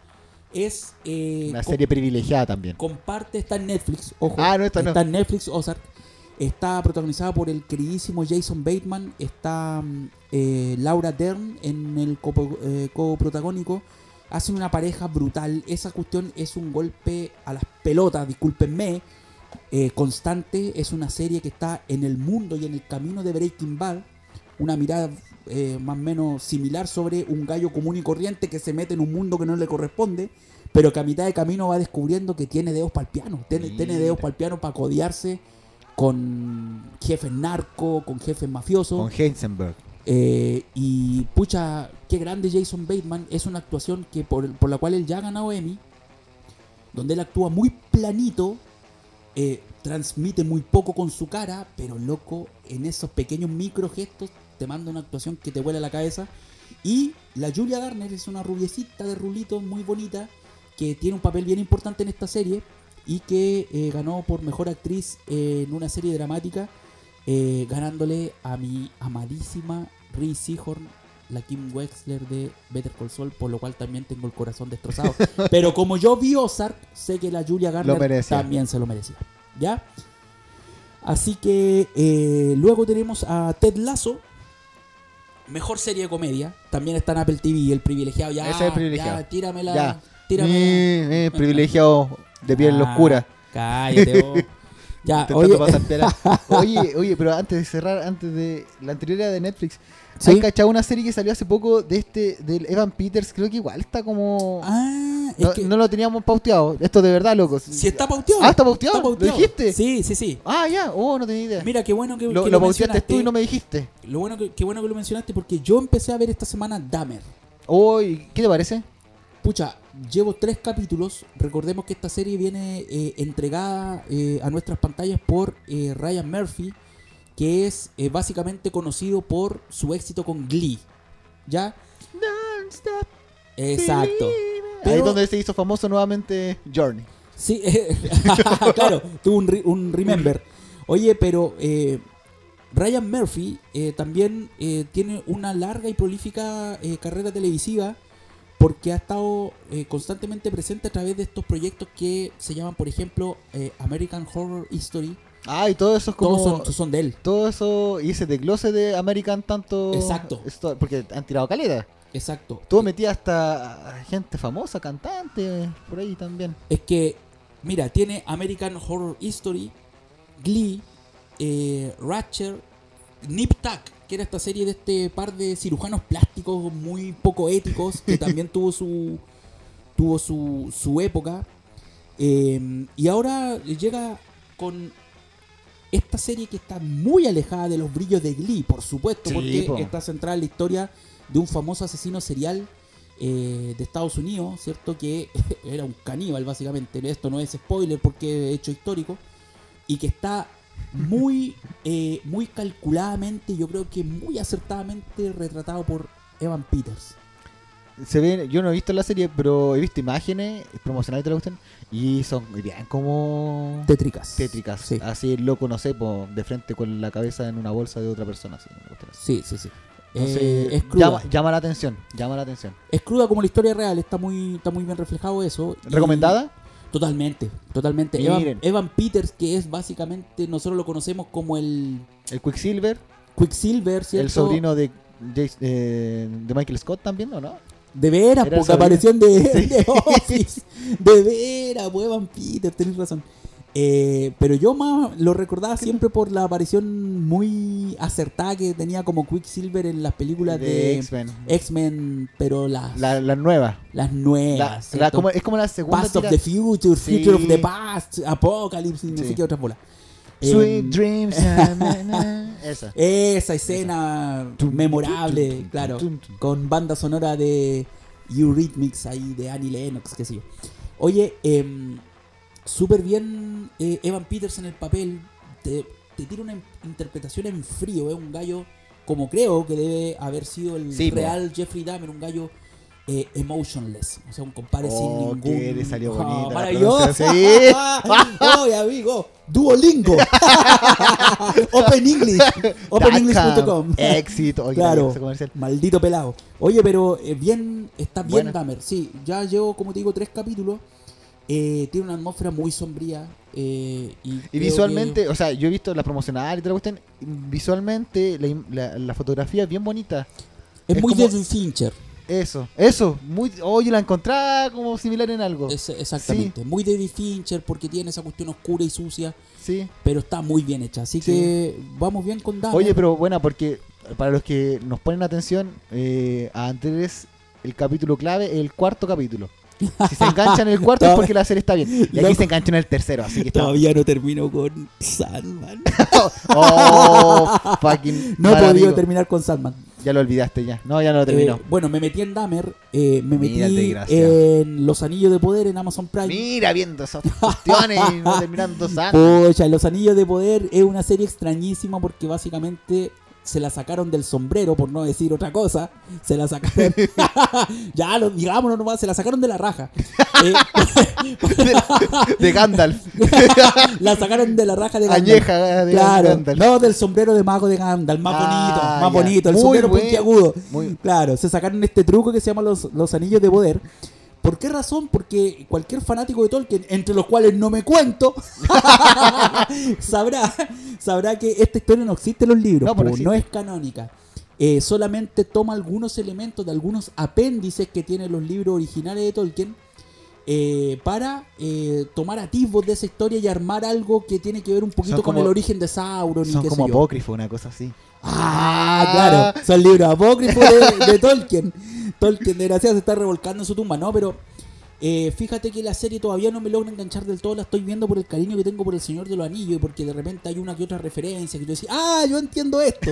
Speaker 1: Es eh,
Speaker 2: Una
Speaker 1: com-
Speaker 2: serie privilegiada también.
Speaker 1: comparte, está en Netflix, ojo.
Speaker 2: Ah, no, esta no.
Speaker 1: está en Netflix Ozark. Está protagonizada por el queridísimo Jason Bateman. Está mm, eh, Laura Dern en el copo- eh, coprotagónico. Hacen una pareja brutal. Esa cuestión es un golpe a las pelotas, discúlpenme. eh, constante. Es una serie que está en el mundo y en el camino de Breaking Bad. Una mirada eh, más o menos similar sobre un gallo común y corriente que se mete en un mundo que no le corresponde. Pero que a mitad de camino va descubriendo que tiene dedos para el piano. Tiene, tiene dedos
Speaker 2: Mira.
Speaker 1: para el piano para codearse con jefes narco, con jefes mafiosos.
Speaker 2: Con Heisenberg.
Speaker 1: Eh, y pucha, qué grande Jason Bateman. Es una actuación que por, por la cual él ya ha ganado Emmy. Donde él actúa muy planito. eh, transmite muy poco con su cara. Pero loco, en esos pequeños micro gestos te manda una actuación que te vuela la cabeza. Y la Julia Garner es una rubiecita de rulitos muy bonita. Que tiene un papel bien importante en esta serie. Y que eh, ganó por mejor actriz eh, en una serie dramática eh, ganándole a mi amadísima Rhys Seahorn, la Kim Wexler de Better Call Saul, por lo cual también tengo el corazón destrozado. Pero como yo vi Ozark, sé que la Julia
Speaker 2: Lo
Speaker 1: Garner
Speaker 2: merecía.
Speaker 1: también se lo merecía. ¿Ya? Así que eh, luego tenemos a Ted Lasso. Mejor serie de comedia. También está en Apple TV, el privilegiado. Ya,
Speaker 2: Ese es el privilegiado.
Speaker 1: ya, tíramela.
Speaker 2: Ya.
Speaker 1: tíramela.
Speaker 2: Eh, eh, privilegiado de piel
Speaker 1: Ah,
Speaker 2: oscura.
Speaker 1: Cállate, vos. Ya,
Speaker 2: Intentando
Speaker 1: oye, eh,
Speaker 2: pasar piola. oye, oye, pero antes de cerrar, antes de la anterior era de Netflix,
Speaker 1: ¿Sí?
Speaker 2: ¿Has cachado una serie que salió hace poco de este, del Evan Peters? Creo que igual está como.
Speaker 1: Ah, es
Speaker 2: no,
Speaker 1: que-
Speaker 2: no lo teníamos pauteado. Esto de verdad, loco.
Speaker 1: Si está pauteado.
Speaker 2: Ah, está pauteado, ¿lo dijiste?
Speaker 1: Sí, sí, sí.
Speaker 2: Ah, ya. Oh, no tenía idea.
Speaker 1: Mira, qué bueno que,
Speaker 2: lo
Speaker 1: que
Speaker 2: lo pauteaste tú y no me dijiste.
Speaker 1: Lo bueno que, qué bueno que lo mencionaste porque yo empecé a ver esta semana Dahmer.
Speaker 2: Oh, ¿y ¿qué te parece?
Speaker 1: Pucha, llevo tres capítulos. Recordemos que esta serie viene eh, entregada eh, a nuestras pantallas por eh, Ryan Murphy, que es eh, básicamente conocido por su éxito con Glee. ¿Ya? Exacto.
Speaker 2: Ahí
Speaker 1: Pero-
Speaker 2: es donde se hizo famoso nuevamente Journey.
Speaker 1: Sí, eh, claro, tuvo un, re- un remember. Oye, pero eh, Ryan Murphy eh, también eh, tiene una larga y prolífica eh, carrera televisiva porque ha estado eh, constantemente presente a través de estos proyectos que se llaman, por ejemplo, eh, American Horror History.
Speaker 2: Ah, y todo eso es como.
Speaker 1: Todos son, son de él.
Speaker 2: Todo eso. Y ese desglose de American tanto.
Speaker 1: Exacto.
Speaker 2: esto- porque han tirado caleta.
Speaker 1: Exacto.
Speaker 2: Tuvo metida hasta gente famosa, cantante, por ahí también.
Speaker 1: Es que, mira, tiene American Horror History, Glee, eh, Ratchet, Nip Tuck, que era esta serie de este par de cirujanos plásticos muy poco éticos, que también tuvo su tuvo su, su época. Eh, y ahora llega con esta serie que está muy alejada de los brillos de Glee, por supuesto,
Speaker 2: Sí, po.
Speaker 1: porque está centrada en la historia de un famoso asesino serial eh, de Estados Unidos, ¿cierto? Que era un caníbal, básicamente. Esto no es spoiler porque es hecho histórico. Y que está muy, eh, muy calculadamente, yo creo que muy acertadamente retratado por Evan Peters.
Speaker 2: se ven, yo no he visto la serie, pero he visto imágenes promocionales de la cuestión y son bien como
Speaker 1: Tétricas.
Speaker 2: tétricas,
Speaker 1: Sí,
Speaker 2: así loco, no sé, po, de frente con la cabeza en una bolsa de otra persona, así, una cuestión así.
Speaker 1: sí, sí. sí.
Speaker 2: Entonces,
Speaker 1: Eh, es cruda.
Speaker 2: llama, llama la atención, llama la atención.
Speaker 1: Es cruda como la historia real, está muy, está muy bien reflejado eso. Y-
Speaker 2: ¿Recomendada?
Speaker 1: Totalmente, totalmente.
Speaker 2: Miren.
Speaker 1: Evan, Evan Peters, que es básicamente, nosotros lo conocemos como el
Speaker 2: El Quicksilver,
Speaker 1: Quicksilver, ¿cierto?
Speaker 2: el sobrino de, Jace- eh, de Michael Scott también, ¿o no?
Speaker 1: De veras,
Speaker 2: Era el
Speaker 1: porque
Speaker 2: sobrino.
Speaker 1: apareció en The,
Speaker 2: Sí.
Speaker 1: The Office. De veras, pues Evan Peters, tenés razón. Eh, pero yo más lo recordaba siempre por la aparición muy acertada que tenía como Quicksilver en las películas
Speaker 2: de
Speaker 1: de
Speaker 2: X-Men.
Speaker 1: X-men, pero las,
Speaker 2: La, la nueva.
Speaker 1: las
Speaker 2: La-
Speaker 1: nuevas.
Speaker 2: la-
Speaker 1: Eh, ¿cierto?
Speaker 2: como- es como la segunda
Speaker 1: Past of
Speaker 2: tira-
Speaker 1: the Future,
Speaker 2: Sí.
Speaker 1: Future of the Past, Apocalypse, y no
Speaker 2: Sí.
Speaker 1: sé qué otras bolas.
Speaker 2: Sweet
Speaker 1: Em,
Speaker 2: Dreams. na, na, na. Esa.
Speaker 1: esa escena
Speaker 2: Tum,
Speaker 1: memorable,
Speaker 2: tum, tum,
Speaker 1: claro,
Speaker 2: tum, tum.
Speaker 1: con banda sonora de Eurythmics ahí, de Annie Lennox, qué sé yo. Oye, em, súper bien eh, Evan Peters en el papel, te, te tira una in- interpretación en eh, frío, es un gallo como creo que debe haber sido el
Speaker 2: Sí, po.
Speaker 1: real Jeffrey Dahmer, un gallo eh, emotionless. O sea, un compadre sin
Speaker 2: Oh,
Speaker 1: ningún.
Speaker 2: que le salió
Speaker 1: Ah,
Speaker 2: bonita la
Speaker 1: maravilloso.
Speaker 2: pronunciación.
Speaker 1: Oye, amigo. Duolingo. Open English. OpenEnglish.com.
Speaker 2: Éxito. Oye,
Speaker 1: Claro.
Speaker 2: ese comercial.
Speaker 1: Maldito pelado. Oye, pero eh, bien, está bien
Speaker 2: Buena.
Speaker 1: Dahmer. Sí, ya llevo, como te digo, tres capítulos. Eh, tiene una atmósfera muy sombría. eh, y creo que-
Speaker 2: Y visualmente, o sea, yo he visto las promocionales y toda la cuestión. y Visualmente, la, im- la- la fotografía es bien bonita.
Speaker 1: Es,
Speaker 2: es
Speaker 1: muy
Speaker 2: como-
Speaker 1: David Fincher.
Speaker 2: Eso, eso. Muy, oye, la encontraba como similar en algo.
Speaker 1: Es- exactamente. Muy David Fincher porque tiene esa cuestión oscura y sucia.
Speaker 2: Sí.
Speaker 1: Pero está muy bien hecha. Así
Speaker 2: Sí.
Speaker 1: que vamos bien con Dahmer.
Speaker 2: Oye, pero buena, porque para los que nos ponen atención, eh, a Andrés, el capítulo clave es el cuarto capítulo. Si se engancha en el cuarto es porque la serie está bien. Y aquí
Speaker 1: Loco.
Speaker 2: se enganchó en el tercero, así que está.
Speaker 1: Todavía no termino con Sandman.
Speaker 2: Oh, fucking.
Speaker 1: No he
Speaker 2: mal
Speaker 1: podido
Speaker 2: amigo.
Speaker 1: terminar con Sandman.
Speaker 2: Ya lo olvidaste ya. No, ya no lo terminó.
Speaker 1: Eh, bueno, me metí en Dahmer, eh, me metí
Speaker 2: Mira el desgraciado.
Speaker 1: en Los Anillos de Poder en Amazon Prime.
Speaker 2: Mira, viendo esas cuestiones y no terminando sano.
Speaker 1: Pucha, Los Anillos de Poder es una serie extrañísima porque básicamente se la sacaron del sombrero, por no decir otra cosa. Se la sacaron. ya, lo, digámoslo nomás, se la sacaron de la raja. Eh,
Speaker 2: De, de Gandalf.
Speaker 1: la sacaron de la raja de Gandalf.
Speaker 2: Añeja de
Speaker 1: Claro,
Speaker 2: Gandalf.
Speaker 1: no del sombrero de mago de Gandalf, más
Speaker 2: Ah,
Speaker 1: bonito, más
Speaker 2: ya.
Speaker 1: bonito, el
Speaker 2: Muy
Speaker 1: sombrero
Speaker 2: buen-
Speaker 1: puntiagudo.
Speaker 2: muy-
Speaker 1: Claro, se sacaron este truco que se llama los, los anillos de poder. ¿Por qué razón? Porque cualquier fanático de Tolkien, entre los cuales no me cuento, sabrá, sabrá que esta historia no existe en los libros,
Speaker 2: No,
Speaker 1: po,
Speaker 2: pues
Speaker 1: no,
Speaker 2: no existe.
Speaker 1: es canónica. Eh, solamente toma algunos elementos de algunos apéndices que tienen los libros originales de Tolkien eh, para eh, tomar atisbos de esa historia y armar algo que tiene que ver un poquito
Speaker 2: Son
Speaker 1: con
Speaker 2: como-
Speaker 1: el origen de Sauron y
Speaker 2: Son
Speaker 1: qué
Speaker 2: como
Speaker 1: sé yo.
Speaker 2: apócrifos, una cosa así.
Speaker 1: Ah, claro, son libros apócrifos de, de Tolkien. Tolkien, desgraciado, se está revolcando en su tumba, ¿no? Pero eh, fíjate que la serie todavía no me logra enganchar del todo, la estoy viendo por el cariño que tengo por el Señor de los Anillos y porque de repente hay una que otra referencia que tú decís, ah, yo entiendo esto.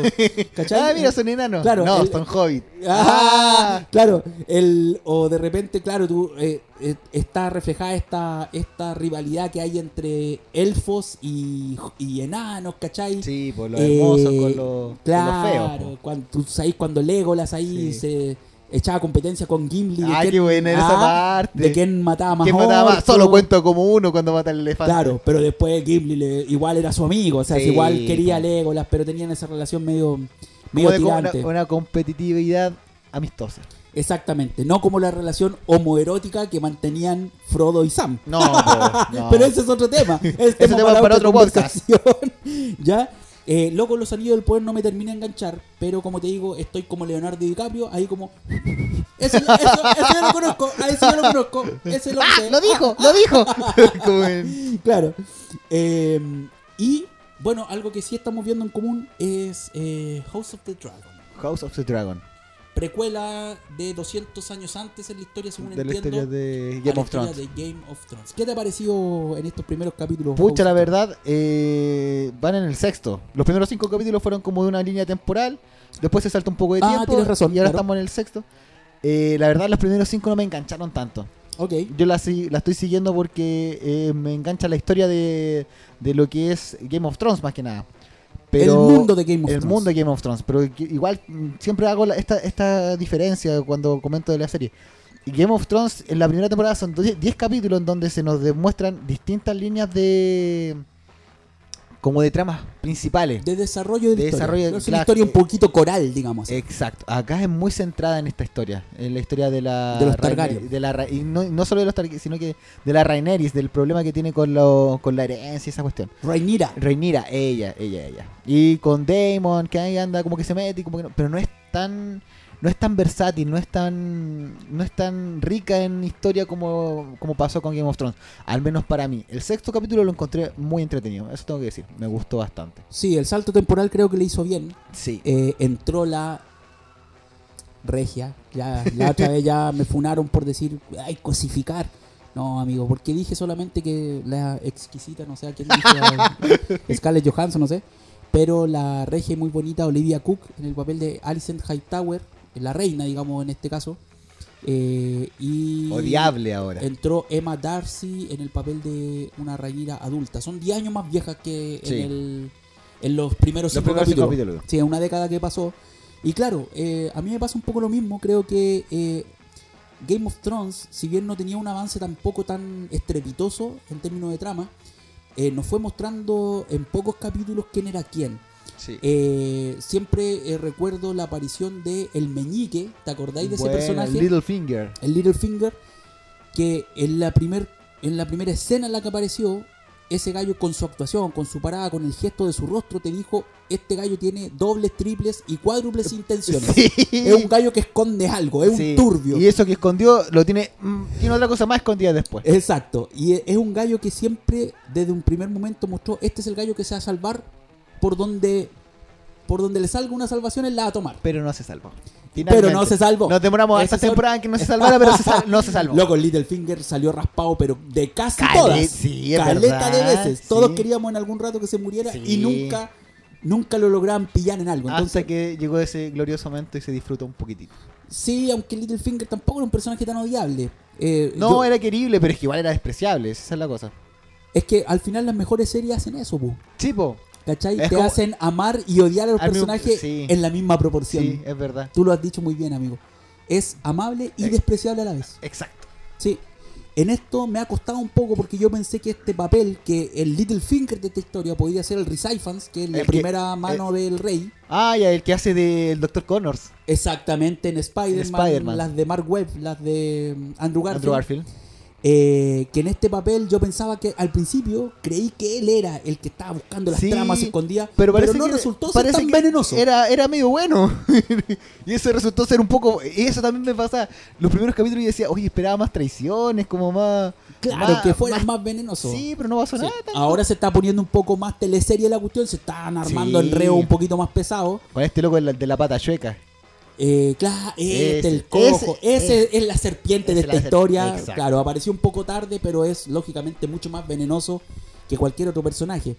Speaker 1: ¿Cachai? Eh,
Speaker 2: Ah, mira, son enanos.
Speaker 1: Claro,
Speaker 2: no,
Speaker 1: el-
Speaker 2: son hobbit.
Speaker 1: Ah, claro, el, o de repente, claro, tú, eh, eh, está reflejada esta, esta rivalidad que hay entre elfos y, y enanos, ¿cachai?
Speaker 2: Sí, por lo
Speaker 1: Eh,
Speaker 2: hermoso con lo,
Speaker 1: claro,
Speaker 2: con lo feo.
Speaker 1: cuando, tú sabes cuando Legolas ahí
Speaker 2: Sí.
Speaker 1: se echaba competencia con Gimli. de
Speaker 2: Ah,
Speaker 1: quién-
Speaker 2: qué buena era esa parte.
Speaker 1: De quién mataba más
Speaker 2: ¿Quién mataba más?
Speaker 1: orcos.
Speaker 2: Solo cuento como uno cuando mata al elefante.
Speaker 1: Claro, pero después Gimli le- igual era su amigo, o sea,
Speaker 2: Sí,
Speaker 1: igual quería a
Speaker 2: po.
Speaker 1: Legolas, pero tenían esa relación medio,
Speaker 2: Como
Speaker 1: medio
Speaker 2: de- como una,
Speaker 1: tirante.
Speaker 2: una competitividad amistosa.
Speaker 1: Exactamente, no como la relación homoerótica que mantenían Frodo y Sam.
Speaker 2: No, po, no.
Speaker 1: Pero ese es otro tema. Este Es
Speaker 2: Ese tema para
Speaker 1: otra
Speaker 2: otro podcast.
Speaker 1: conversación. ya. Eh, loco, los anillos del poder no me termina de enganchar, pero como te digo, estoy como Leonardo DiCaprio, ahí como. Eso, eso, eso yo lo conozco, a eso yo lo conozco, ese lo
Speaker 2: ¡Ah!
Speaker 1: sé.
Speaker 2: ¡Lo dijo! ¡Lo dijo! Como en-
Speaker 1: Claro. Eh, y bueno, algo que sí estamos viendo en común es eh, House of the Dragon.
Speaker 2: House of the Dragon.
Speaker 1: Precuela de 200 años antes en la historia, según
Speaker 2: De la
Speaker 1: entiendo.
Speaker 2: historia de
Speaker 1: a
Speaker 2: Game
Speaker 1: la
Speaker 2: of Thrones.
Speaker 1: historia de Game of Thrones. ¿Qué te ha parecido en estos primeros capítulos?
Speaker 2: Pucha,
Speaker 1: House?
Speaker 2: la verdad, eh, van en el sexto. Los primeros cinco capítulos fueron como de una línea temporal. Después se salta un poco de
Speaker 1: Ah,
Speaker 2: tiempo.
Speaker 1: tienes razón,
Speaker 2: Y ahora
Speaker 1: claro.
Speaker 2: estamos en el sexto. Eh, la verdad, los primeros cinco no me engancharon tanto.
Speaker 1: Ok.
Speaker 2: Yo la, si- la estoy siguiendo porque eh, me engancha la historia de, de lo que es Game of Thrones, más que nada. Pero
Speaker 1: el mundo de Game of
Speaker 2: el
Speaker 1: Thrones.
Speaker 2: mundo de Game of Thrones. Pero que- igual mm, siempre hago la- esta, esta diferencia cuando comento de la serie. Y Game of Thrones en la primera temporada son 12 10 capítulos en donde se nos demuestran distintas líneas de. como de tramas principales.
Speaker 1: de desarrollo de,
Speaker 2: de Eh,
Speaker 1: la historia.
Speaker 2: desarrollo,
Speaker 1: Pero es una
Speaker 2: claro,
Speaker 1: historia un
Speaker 2: eh,
Speaker 1: poquito coral, digamos. así.
Speaker 2: Exacto. Acá es muy centrada en esta historia. En la historia de la.
Speaker 1: De los
Speaker 2: Raine-
Speaker 1: Targaryen.
Speaker 2: de la Ra- y no, no solo de los Targaryen, sino que de la Raineris, del problema que tiene con, lo, con la herencia y esa cuestión.
Speaker 1: Rhaenyra.
Speaker 2: Reinira, ella, ella, ella. Y con Damon, que ahí anda como que se mete, y como que no, pero no es tan no es tan versátil, no es tan no es tan rica en historia como, como pasó con Game of Thrones, al menos para mí. El sexto capítulo lo encontré muy entretenido, eso tengo que decir, me gustó bastante.
Speaker 1: Sí, el salto temporal creo que le hizo bien.
Speaker 2: Sí.
Speaker 1: Eh, entró la regia. Ya, la otra vez ya me funaron por decir, ay, cosificar. No, amigo, porque dije solamente que la exquisita, no sé a quién dije, a Scarlett Johansson, no sé. Pero la regia y muy bonita Olivia Cook en el papel de Alicent Hightower, la reina, digamos, en este caso. Eh, y
Speaker 2: Odiable ahora.
Speaker 1: Entró Emma Darcy en el papel de una Rhaenyra adulta. Son 10 años más viejas que
Speaker 2: Sí.
Speaker 1: en, el- en los primeros
Speaker 2: Los
Speaker 1: 5
Speaker 2: primeros cinco
Speaker 1: capítulos.
Speaker 2: capítulos.
Speaker 1: Sí, es una década que pasó. Y claro, eh, a mí me pasa un poco lo mismo. Creo que eh, Game of Thrones, si bien no tenía un avance tampoco tan estrepitoso en términos de trama, eh, nos fue mostrando en pocos capítulos quién era quién.
Speaker 2: Sí.
Speaker 1: Eh, siempre eh, recuerdo la aparición de El Meñique, ¿te acordáis de
Speaker 2: Bueno,
Speaker 1: ese personaje?
Speaker 2: Littlefinger.
Speaker 1: el Littlefinger, que en la, primer, en la primera escena en la que apareció, ese gallo con su actuación, con su parada, con el gesto de su rostro, te dijo, este gallo tiene dobles, triples y cuádruples intenciones.
Speaker 2: Sí.
Speaker 1: Es un gallo que esconde algo, es
Speaker 2: Sí.
Speaker 1: un turbio.
Speaker 2: Y eso que escondió lo tiene. mm, tiene otra cosa más escondida después.
Speaker 1: Eh. Exacto, y e- es un gallo que siempre, desde un primer momento, mostró, este es el gallo que se va a salvar por donde... Por donde le salga una salvación, él la va a tomar.
Speaker 2: Pero no se salvó.
Speaker 1: Pero no se salvó.
Speaker 2: Nos demoramos
Speaker 1: Ese
Speaker 2: hasta
Speaker 1: son-
Speaker 2: temporada en que no se salvara, Ah, pero se sal- no se salvó.
Speaker 1: Loco, el Littlefinger salió raspado, pero de casi
Speaker 2: Cale-
Speaker 1: todas.
Speaker 2: sí, es
Speaker 1: Caleta
Speaker 2: verdad,
Speaker 1: de veces. Todos
Speaker 2: sí.
Speaker 1: queríamos en algún rato que se muriera
Speaker 2: Sí. Ah,
Speaker 1: y nunca, nunca lo lograban pillar en algo. Entonces,
Speaker 2: Hasta que llegó ese glorioso momento y se disfrutó un poquitito.
Speaker 1: sí, aunque Littlefinger tampoco era un personaje tan odiable. Eh,
Speaker 2: No,
Speaker 1: yo-
Speaker 2: era querible, pero es que igual era despreciable. Esa es la cosa.
Speaker 1: Es que al final las mejores series hacen eso, pu,
Speaker 2: Chipo.
Speaker 1: ¿Cachai?
Speaker 2: Es
Speaker 1: Te
Speaker 2: como-
Speaker 1: hacen amar y odiar a los
Speaker 2: Al mismo-
Speaker 1: personajes
Speaker 2: sí.
Speaker 1: en la misma proporción.
Speaker 2: Sí, es verdad.
Speaker 1: Tú lo has dicho muy bien, amigo. Es amable y
Speaker 2: Eh.
Speaker 1: despreciable a la vez.
Speaker 2: Exacto.
Speaker 1: Sí. En esto me ha costado un poco porque yo pensé que este papel, que el Littlefinger de esta historia podía ser el Rhys que es la
Speaker 2: El que-
Speaker 1: primera mano del rey.
Speaker 2: Ah, ya, el que hace del Dr. Connors.
Speaker 1: Exactamente en Spider-Man,
Speaker 2: Spider-Man.
Speaker 1: las de Mark Webb, las de mm, Andrew Garfield.
Speaker 2: Andrew Garfield.
Speaker 1: Eh, que en este papel yo pensaba que al principio creí que él era el que estaba buscando las
Speaker 2: Sí,
Speaker 1: tramas escondidas,
Speaker 2: Pero,
Speaker 1: pero,
Speaker 2: parece
Speaker 1: no
Speaker 2: que-
Speaker 1: resultó ser
Speaker 2: parece
Speaker 1: tan
Speaker 2: que
Speaker 1: venenoso.
Speaker 2: Era, era medio bueno. y eso resultó ser un poco. y Eso también me pasa. Los primeros capítulos yo decía, oye, esperaba más traiciones, como más.
Speaker 1: claro,
Speaker 2: más-
Speaker 1: que fuera
Speaker 2: más-
Speaker 1: más, venenoso.
Speaker 2: Sí, Ah, pero no pasó
Speaker 1: Sí.
Speaker 2: nada. tanto.
Speaker 1: Ahora se está poniendo un poco más teleserie la cuestión, se están armando
Speaker 2: Sí.
Speaker 1: enreos un poquito más pesados.
Speaker 2: Con este loco de la, de la pata chueca.
Speaker 1: Eh, claro, este,
Speaker 2: Ese,
Speaker 1: el cojo.
Speaker 2: ese,
Speaker 1: Ese,
Speaker 2: ese.
Speaker 1: es la serpiente
Speaker 2: Ese
Speaker 1: de
Speaker 2: la
Speaker 1: esta
Speaker 2: ser-
Speaker 1: historia.
Speaker 2: exacto.
Speaker 1: Claro, apareció un poco tarde, pero es lógicamente mucho más venenoso que cualquier otro personaje.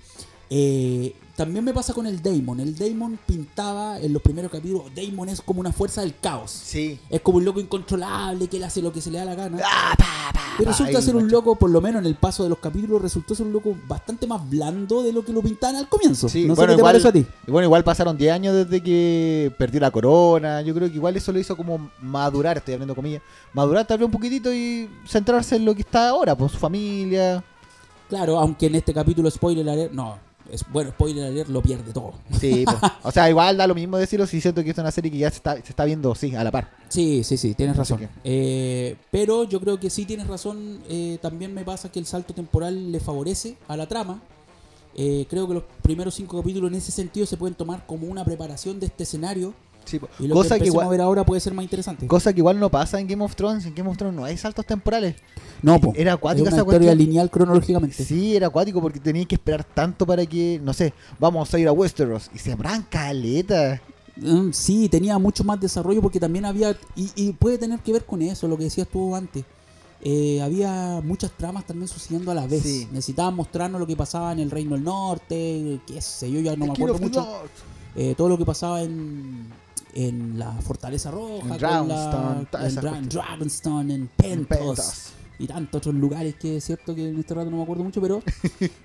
Speaker 1: Eh, también me pasa con el Daemon. El Daemon pintaba en los primeros capítulos. Daemon es como una fuerza del caos.
Speaker 2: Sí.
Speaker 1: Es como un loco incontrolable que él hace lo que se le da la gana.
Speaker 2: Ah, pa, pa,
Speaker 1: Pero
Speaker 2: pa,
Speaker 1: resulta
Speaker 2: ahí,
Speaker 1: ser un
Speaker 2: macho.
Speaker 1: loco, por lo menos en el paso de los capítulos, resultó ser un loco bastante más blando de lo que lo pintaban al comienzo.
Speaker 2: Sí,
Speaker 1: no sé
Speaker 2: bueno,
Speaker 1: qué te
Speaker 2: igual,
Speaker 1: parece a ti.
Speaker 2: y bueno, igual pasaron 10 años desde que perdió la corona. Yo creo que igual eso lo hizo como madurar, estoy hablando comillas. Madurar tal vez un poquitito y centrarse en lo que está ahora, con su familia.
Speaker 1: Claro, aunque en este capítulo spoiler alert, no, es, bueno, spoiler alert lo pierde todo.
Speaker 2: Sí, po. o sea, igual da lo mismo decirlo si siento que es una serie que ya se está, se está viendo, sí, a la par.
Speaker 1: Sí, sí, sí, tienes
Speaker 2: Así
Speaker 1: razón.
Speaker 2: que-
Speaker 1: Eh, pero yo creo que sí tienes razón, eh, también me pasa que el salto temporal le favorece a la trama. Eh, creo que los primeros cinco capítulos en ese sentido se pueden tomar como una preparación de este escenario y lo
Speaker 2: cosa,
Speaker 1: que
Speaker 2: que
Speaker 1: empecemos
Speaker 2: igual,
Speaker 1: a ver ahora puede ser más interesante.
Speaker 2: cosa que igual no pasa en Game of Thrones. En Game of Thrones no hay saltos temporales.
Speaker 1: No, po,
Speaker 2: era
Speaker 1: es
Speaker 2: acuática
Speaker 1: una
Speaker 2: esa
Speaker 1: historia
Speaker 2: cuestión.
Speaker 1: lineal cronológicamente.
Speaker 2: Sí, era acuático porque tenías que esperar tanto para que, no sé, vamos a ir a Westeros. Y se abran caleta.
Speaker 1: Mm, sí, tenía mucho más desarrollo porque también había, y, y puede tener que ver con eso, lo que decías tú antes. Eh, había muchas tramas también sucediendo a la vez.
Speaker 2: Sí.
Speaker 1: Necesitaban mostrarnos lo que pasaba en el Reino del Norte, qué sé yo, ya no me
Speaker 2: King
Speaker 1: acuerdo
Speaker 2: of
Speaker 1: mucho.
Speaker 2: Lords.
Speaker 1: Eh, todo lo que pasaba en, en la Fortaleza Roja,
Speaker 2: En
Speaker 1: con
Speaker 2: Dragonstone,
Speaker 1: la-
Speaker 2: todas
Speaker 1: en
Speaker 2: esas
Speaker 1: Dra-
Speaker 2: cuestiones.
Speaker 1: Dragonstone, en
Speaker 2: En
Speaker 1: Pentos,
Speaker 2: Pentos.
Speaker 1: y tantos otros lugares que es cierto que en este rato no me acuerdo mucho, pero.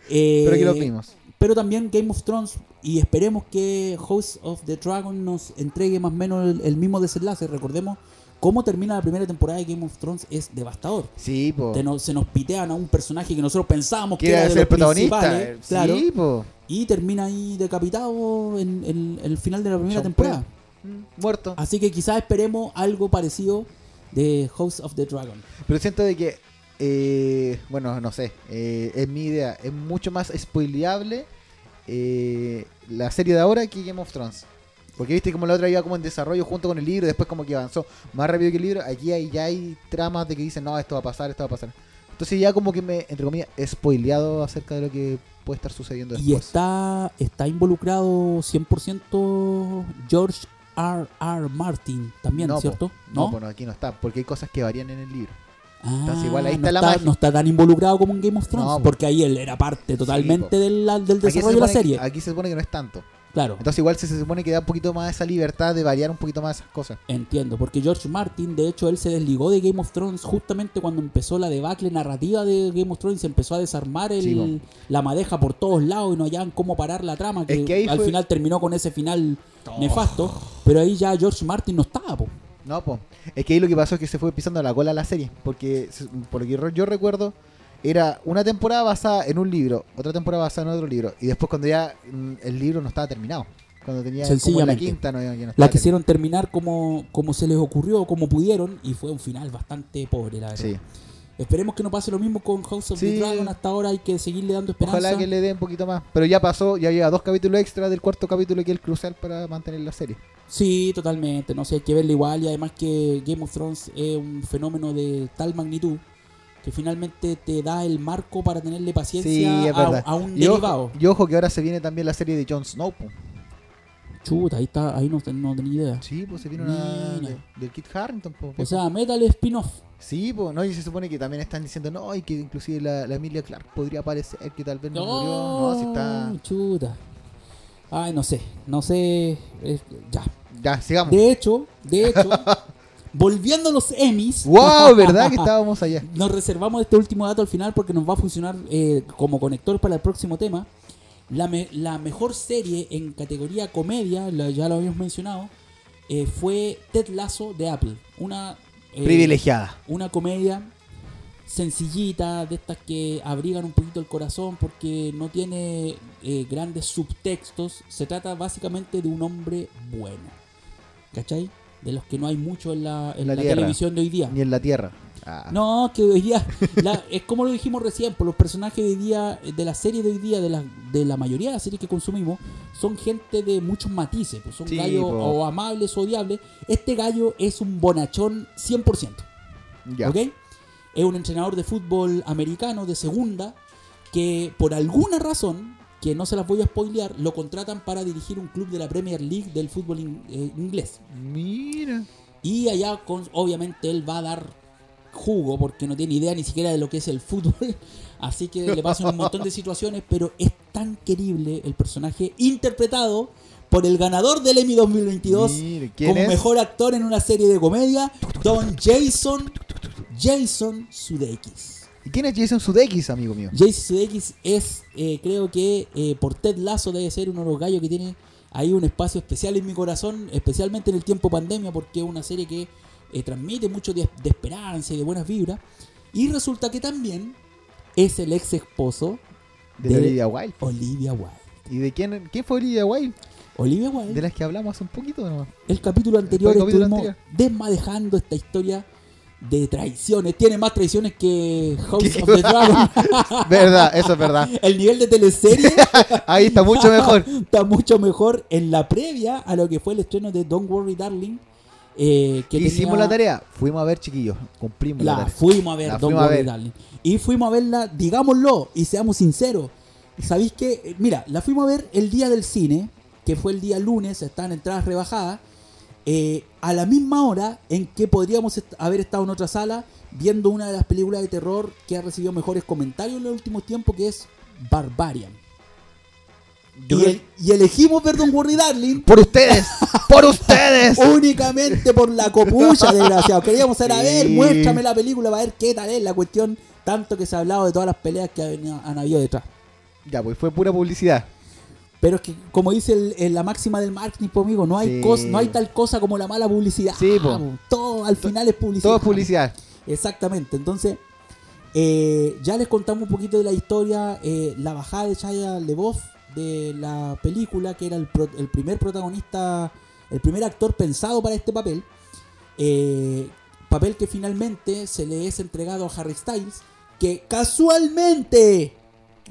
Speaker 1: eh,
Speaker 2: Pero que lo vimos.
Speaker 1: pero también Game of Thrones y esperemos que House of the Dragon nos entregue más o menos el, el mismo desenlace. Recordemos cómo termina la primera temporada de Game of Thrones es devastador.
Speaker 2: Sí, po.
Speaker 1: Te no- se nos pitean a un personaje que nosotros pensábamos que
Speaker 2: Quiere
Speaker 1: era de
Speaker 2: ser
Speaker 1: los
Speaker 2: protagonista.
Speaker 1: principales,
Speaker 2: eh.
Speaker 1: claro,
Speaker 2: Sí, po.
Speaker 1: y termina ahí decapitado en, en el final de la primera
Speaker 2: Sean
Speaker 1: temporada.
Speaker 2: Mm, Muerto.
Speaker 1: Así que quizás esperemos algo parecido de House of the Dragon.
Speaker 2: Pero siento de que, eh, bueno, no sé, eh, es mi idea. Es mucho más spoileable eh, la serie de ahora que Game of Thrones. Porque viste como la otra iba como en desarrollo junto con el libro, después como que avanzó más rápido que el libro. Aquí hay, ya hay tramas de que dicen, no, esto va a pasar, esto va a pasar. Entonces ya como que me, entre comillas, he spoileado acerca de lo que puede estar sucediendo
Speaker 1: Y
Speaker 2: después.
Speaker 1: está, está involucrado 100% George R. R. Martin también,
Speaker 2: No, po.
Speaker 1: ¿cierto?
Speaker 2: No, pues no, aquí no está, porque hay cosas que varían en el libro.
Speaker 1: Ah,
Speaker 2: Entonces, igual ahí
Speaker 1: no
Speaker 2: está la magia.
Speaker 1: No está tan involucrado como en Game of Thrones,
Speaker 2: No, po.
Speaker 1: porque ahí él era parte
Speaker 2: po.
Speaker 1: totalmente del, la- del
Speaker 2: Aquí se
Speaker 1: desarrollo de
Speaker 2: supone
Speaker 1: la
Speaker 2: que-
Speaker 1: serie.
Speaker 2: aquí se supone que no es tanto.
Speaker 1: Claro,
Speaker 2: Entonces igual se, se supone que da un poquito más esa libertad de variar un poquito más esas cosas.
Speaker 1: entiendo, porque George Martin, de hecho, él se desligó de Game of Thrones justamente cuando empezó la debacle narrativa de Game of Thrones, se empezó a desarmar el-
Speaker 2: Sí, po.
Speaker 1: la madeja por todos lados y no hallaban cómo parar la trama, que,
Speaker 2: que ahí
Speaker 1: al
Speaker 2: fue- Oh.
Speaker 1: final terminó con ese final nefasto, pero ahí ya George Martin no estaba, po.
Speaker 2: No, po. Es que ahí lo que pasó es que se fue pisando la cola la serie. Porque, se- por lo que ro- yo recuerdo, era una temporada basada en un libro, otra temporada basada en otro libro. Y después, cuando ya mm, el libro no estaba terminado. Cuando tenía como la
Speaker 1: Sencillamente.
Speaker 2: quinta, no, ya no
Speaker 1: La
Speaker 2: estaba terminado.
Speaker 1: quisieron terminar como, como se les ocurrió, como pudieron, y fue un final bastante pobre, la verdad.
Speaker 2: Sí.
Speaker 1: Esperemos que no pase lo mismo con House of
Speaker 2: Sí.
Speaker 1: the Dragon. Hasta ahora hay que seguirle dando esperanza.
Speaker 2: Ojalá que le dé un poquito más. Pero ya pasó, ya lleva dos capítulos extra del cuarto capítulo que es el crucial para mantener la serie.
Speaker 1: Sí, totalmente. No sé, hay que verle igual. Y además que Game of Thrones es un fenómeno de tal magnitud que finalmente te da el marco para tenerle paciencia
Speaker 2: Sí, es
Speaker 1: a,
Speaker 2: verdad.
Speaker 1: a un
Speaker 2: Y
Speaker 1: derivado.
Speaker 2: ojo, y ojo que ahora se viene también la serie de Jon Snow. po.
Speaker 1: Chuta, ahí está, ahí no, no tenía idea.
Speaker 2: Sí, pues se viene una
Speaker 1: Mira.
Speaker 2: de- del Kit Harrington. po.
Speaker 1: O sea, métale spin-off.
Speaker 2: Sí, pues, no, y se supone que también están diciendo, no, y que inclusive la, la Emilia Clark podría aparecer, que tal vez no, murió, no, si está...
Speaker 1: Oh, Chuta. Ay, no sé, no sé. eh, ya.
Speaker 2: Ya, sigamos.
Speaker 1: De hecho, de hecho, volviendo a los Emmys.
Speaker 2: ¡Wow! ¿Verdad que estábamos allá?
Speaker 1: Nos reservamos este último dato al final porque nos va a funcionar eh, como conector para el próximo tema. La, me- la mejor serie en categoría comedia, la- ya lo habíamos mencionado, eh, fue Ted Lasso de Apple. Una, eh,
Speaker 2: Privilegiada.
Speaker 1: una comedia sencillita, de estas que abrigan un poquito el corazón porque no tiene eh, grandes subtextos. Se trata básicamente de un hombre bueno. ¿Cachai? De los que no hay mucho en la, en
Speaker 2: La
Speaker 1: la
Speaker 2: tierra.
Speaker 1: televisión de hoy día.
Speaker 2: Ni en la Tierra. Ah.
Speaker 1: No, que hoy día, la- es como lo dijimos recién, por los personajes de hoy día, de la serie de hoy día, de la, de la mayoría de las series que consumimos, son gente de muchos matices, pues son
Speaker 2: Sí,
Speaker 1: gallos
Speaker 2: po.
Speaker 1: o amables o odiables. Este gallo es un bonachón 100%,
Speaker 2: ya.
Speaker 1: ¿ok? Es un entrenador de fútbol americano de segunda que por alguna razón, que no se las voy a spoilear, lo contratan para dirigir un club de la Premier League del fútbol in- eh, inglés.
Speaker 2: Mira.
Speaker 1: Y allá, con, obviamente, él va a dar jugo porque no tiene idea ni siquiera de lo que es el fútbol. Así que le pasan un montón de situaciones, pero es tan querible el personaje interpretado por el ganador del Emmy 2022
Speaker 2: Mire, ¿quién
Speaker 1: como
Speaker 2: es?
Speaker 1: mejor actor en una serie de comedia, Don Jason, Jason Sudeikis.
Speaker 2: ¿Y quién es Jason Sudeikis, amigo mío?
Speaker 1: Jason Sudeikis es, eh, creo que eh, por Ted Lasso debe ser uno de los gallos que tiene ahí un espacio especial en mi corazón, especialmente en el tiempo pandemia, porque es una serie que eh, transmite mucho de, de esperanza y de buenas vibras. Y resulta que también es el ex esposo
Speaker 2: De,
Speaker 1: de-
Speaker 2: Olivia Wilde.
Speaker 1: Olivia Wilde.
Speaker 2: ¿Y de quién, quién fue Olivia Wilde?
Speaker 1: Olivia Wilde,
Speaker 2: De las que hablamos hace un poquito nomás.
Speaker 1: el capítulo anterior
Speaker 2: el capítulo
Speaker 1: estuvimos
Speaker 2: anterior.
Speaker 1: desmadejando esta historia de traiciones. Tiene más traiciones que House of the Dragon.
Speaker 2: verdad, eso es verdad.
Speaker 1: el nivel de teleserie
Speaker 2: Ahí está mucho mejor.
Speaker 1: Está mucho mejor en la previa a lo que fue el estreno de Don't Worry Darling. eh, que
Speaker 2: Hicimos
Speaker 1: tenía-
Speaker 2: la tarea. Fuimos a ver, chiquillos. Cumplimos la,
Speaker 1: La
Speaker 2: tarea.
Speaker 1: fuimos a ver,
Speaker 2: La
Speaker 1: Don't
Speaker 2: fuimos a
Speaker 1: Worry
Speaker 2: ver.
Speaker 1: Darling. Y fuimos a verla, digámoslo, y seamos sinceros. ¿Sabéis qué? Mira, la fuimos a ver el día del cine, que fue el día lunes, están entradas rebajadas. eh, a la misma hora en que podríamos est- haber estado en otra sala viendo una de las películas de terror que ha recibido mejores comentarios en los últimos tiempos, que es Barbarian.
Speaker 2: Yo
Speaker 1: Y,
Speaker 2: creo-
Speaker 1: el- y elegimos ver Don't Worry Darling
Speaker 2: ¡Por ustedes! ¡Por ustedes!
Speaker 1: únicamente por la copucha, desgraciado. Queríamos ir a
Speaker 2: Sí.
Speaker 1: ver, muéstrame la película para ver qué tal es la cuestión. Tanto que se ha hablado de todas las peleas que ha venido- han habido detrás.
Speaker 2: Ya, pues fue pura publicidad.
Speaker 1: Pero es que, como dice el- el- la máxima del marketing, pues, amigo, no
Speaker 2: Sí.
Speaker 1: hay, cos- no hay tal cosa como la mala publicidad.
Speaker 2: Sí, po.
Speaker 1: po. Todo al final es publicidad.
Speaker 2: Todo es publicidad.
Speaker 1: Exactamente. Entonces, eh, ya les contamos un poquito de la historia, eh, la bajada de Shia LeBoff de la película, que era el, pro- el primer protagonista, el primer actor pensado para este papel. eh, papel que finalmente se le es entregado a Harry Styles, que casualmente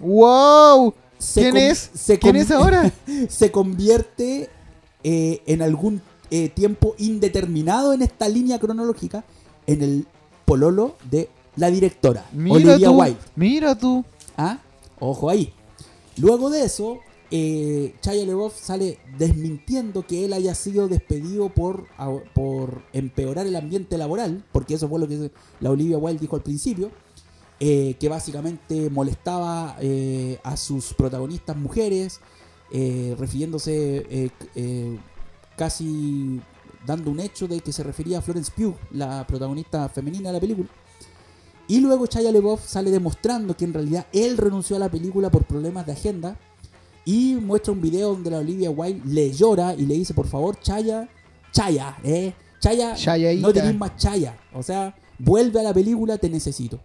Speaker 2: ¡Wow!
Speaker 1: se
Speaker 2: ¿Quién
Speaker 1: con-
Speaker 2: es?
Speaker 1: se
Speaker 2: ¿Quién
Speaker 1: con-
Speaker 2: es ahora?
Speaker 1: se convierte eh, en algún eh, tiempo indeterminado en esta línea cronológica en el pololo de la directora,
Speaker 2: Mira
Speaker 1: Olivia
Speaker 2: tú.
Speaker 1: Wilde.
Speaker 2: Mira tú.
Speaker 1: ¿Ah? Ojo ahí. Luego de eso, eh, Chaya LeBoff sale desmintiendo que él haya sido despedido por, a- por empeorar el ambiente laboral, porque eso fue lo que la Olivia Wilde dijo al principio, eh, que básicamente molestaba eh, a sus protagonistas mujeres, eh, refiriéndose eh, c- eh, casi dando un hecho de que se refería a Florence Pugh, la protagonista femenina de la película. Y luego Shia LeBoff sale demostrando que en realidad él renunció a la película por problemas de agenda. Y muestra un video donde la Olivia Wilde le llora y le dice, por favor, Chaya, Chaya, eh, Chaya,
Speaker 2: Chayaíta.
Speaker 1: no tenés más Chaya. O sea, vuelve a la película, te necesito.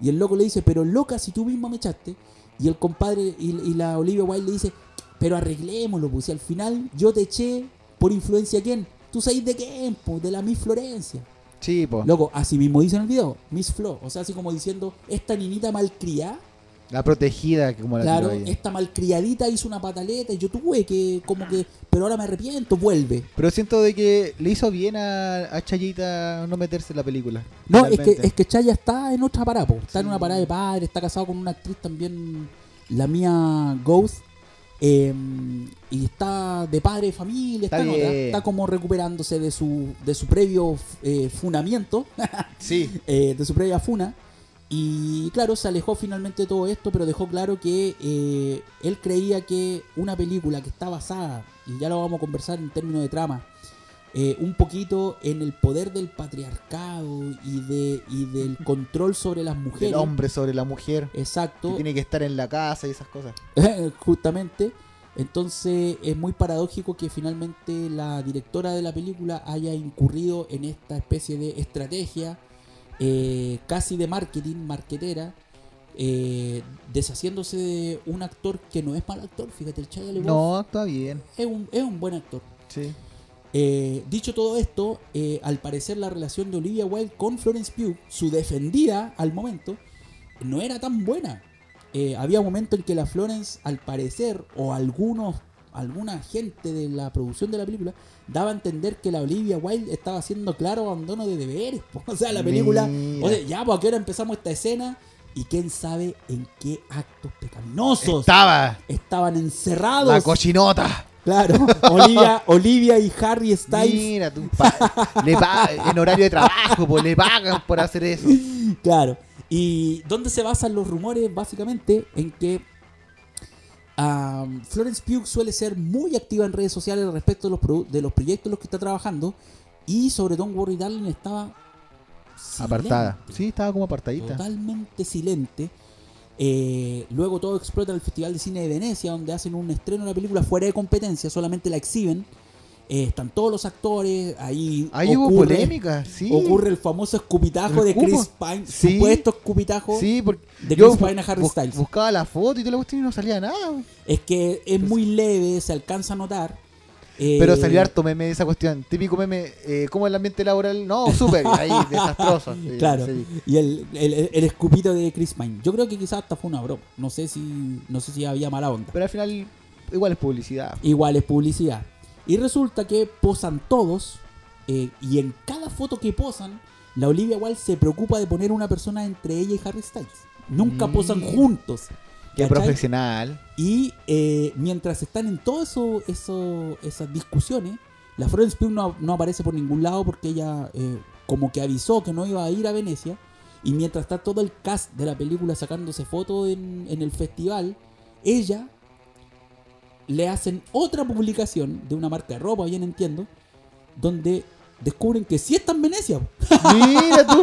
Speaker 1: Y el loco le dice, pero loca, si tú misma me echaste. Y el compadre y, y la Olivia Wilde le dice, pero arreglémoslo, pues si al final yo te eché por influencia de quién. ¿Tú sabes de quién? Pues de la Miss Florencia.
Speaker 2: Sí, po.
Speaker 1: Loco, así mismo dice en el video, Miss Flo. O sea, así como diciendo, esta niñita malcriada
Speaker 2: La protegida, que como la
Speaker 1: Claro,
Speaker 2: tiró ella.
Speaker 1: esta malcriadita hizo una pataleta y yo tuve que, como que, pero ahora me arrepiento, vuelve.
Speaker 2: Pero siento de que le hizo bien a, a Chayita no meterse en la película.
Speaker 1: No, es que,
Speaker 2: finalmente.
Speaker 1: es que Chaya está en otra parada, po. está en
Speaker 2: Sí.
Speaker 1: una parada de padre, está casado con una actriz también, la mía Ghost, eh, y está de padre de familia, está,
Speaker 2: Está
Speaker 1: en otra,
Speaker 2: bien.
Speaker 1: está como recuperándose de su, de su previo eh, funamiento.
Speaker 2: Sí.
Speaker 1: eh, de su previa funa. Y claro, se alejó finalmente de todo esto, pero dejó claro que eh, él creía que una película que está basada, y ya lo vamos a conversar en términos de trama, eh, un poquito en el poder del patriarcado y, de, y del control sobre las
Speaker 2: El
Speaker 1: mujeres.
Speaker 2: hombre sobre la mujer. Que
Speaker 1: Exacto,
Speaker 2: tiene que estar en la casa y esas cosas.
Speaker 1: justamente. Entonces es muy paradójico que finalmente la directora de la película haya incurrido en esta especie de estrategia eh, casi de marketing, marquetera, eh, deshaciéndose de un actor que no es mal actor. Fíjate, el Chaya Leboeuf
Speaker 2: No, está bien.
Speaker 1: es, un, es un buen actor.
Speaker 2: Sí.
Speaker 1: Eh, dicho todo esto, eh, al parecer la relación de Olivia Wilde con Florence Pugh, su defendida al momento, no era tan buena. Eh, había momentos en que la Florence, al parecer, o algunos, alguna gente de la producción de la película, daba a entender que la Olivia Wilde estaba haciendo claro abandono de deberes. po. O sea, la película,
Speaker 2: Mira.
Speaker 1: o sea, ya, pues, ¿a qué hora empezamos esta escena? Y quién sabe en qué actos pecaminosos
Speaker 2: Estaba
Speaker 1: estaban encerrados.
Speaker 2: la cochinota.
Speaker 1: Claro, Olivia, Olivia y Harry Styles.
Speaker 2: Mira, tú, pa- le pa- en horario de trabajo, pues le pagan por hacer eso.
Speaker 1: Claro. ¿Y dónde se basan los rumores? Básicamente en que am, Florence Pugh suele ser muy activa en redes sociales respecto de los, produ- de los proyectos en los que está trabajando. Y sobre Don Worry Darling estaba silente,
Speaker 2: Apartada. Sí, estaba como apartadita.
Speaker 1: Totalmente silente. Eh, luego todo explota en el Festival de Cine de Venecia, donde hacen un estreno de la película fuera de competencia, solamente la exhiben. Eh, están todos los actores, ahí
Speaker 2: Ahí hubo
Speaker 1: ocurre-
Speaker 2: polémica, sí.
Speaker 1: ocurre el famoso escupitajo
Speaker 2: El
Speaker 1: de Chris
Speaker 2: cubo.
Speaker 1: Pine,
Speaker 2: Sí.
Speaker 1: supuesto escupitajo.
Speaker 2: Sí, porque
Speaker 1: de
Speaker 2: yo
Speaker 1: Chris Pine a Harry
Speaker 2: bu-
Speaker 1: Styles.
Speaker 2: buscaba la foto y toda la cuestión y no salía nada. güey.
Speaker 1: Es que es muy leve, se alcanza a notar. eh,
Speaker 2: Pero salió harto meme de esa cuestión. Típico meme, eh, ¿cómo el ambiente laboral? No, súper, ahí, desastroso. Sí,
Speaker 1: Claro,
Speaker 2: sí.
Speaker 1: y el, el- el escupito de Chris Pine. Yo creo que quizás hasta fue una broma. No sé si, no sé si había mala onda.
Speaker 2: Pero al final, igual es publicidad.
Speaker 1: Igual es publicidad. Y resulta que posan todos. eh, y en cada foto que posan, la Olivia Wilde se preocupa de poner una persona entre ella y Harry Styles. Nunca
Speaker 2: Mm.
Speaker 1: posan juntos.
Speaker 2: Qué
Speaker 1: ¿cachai?
Speaker 2: profesional.
Speaker 1: Y eh, mientras están en todas eso, eso- esas discusiones, la Florence Pugh no, no aparece por ningún lado porque ella eh, como que avisó que no iba a ir a Venecia. Y mientras está todo el cast de la película sacándose fotos en, en el festival, ella le hacen otra publicación de una marca de ropa, bien entiendo, donde descubren que sí está en Venecia.
Speaker 2: Mira tú.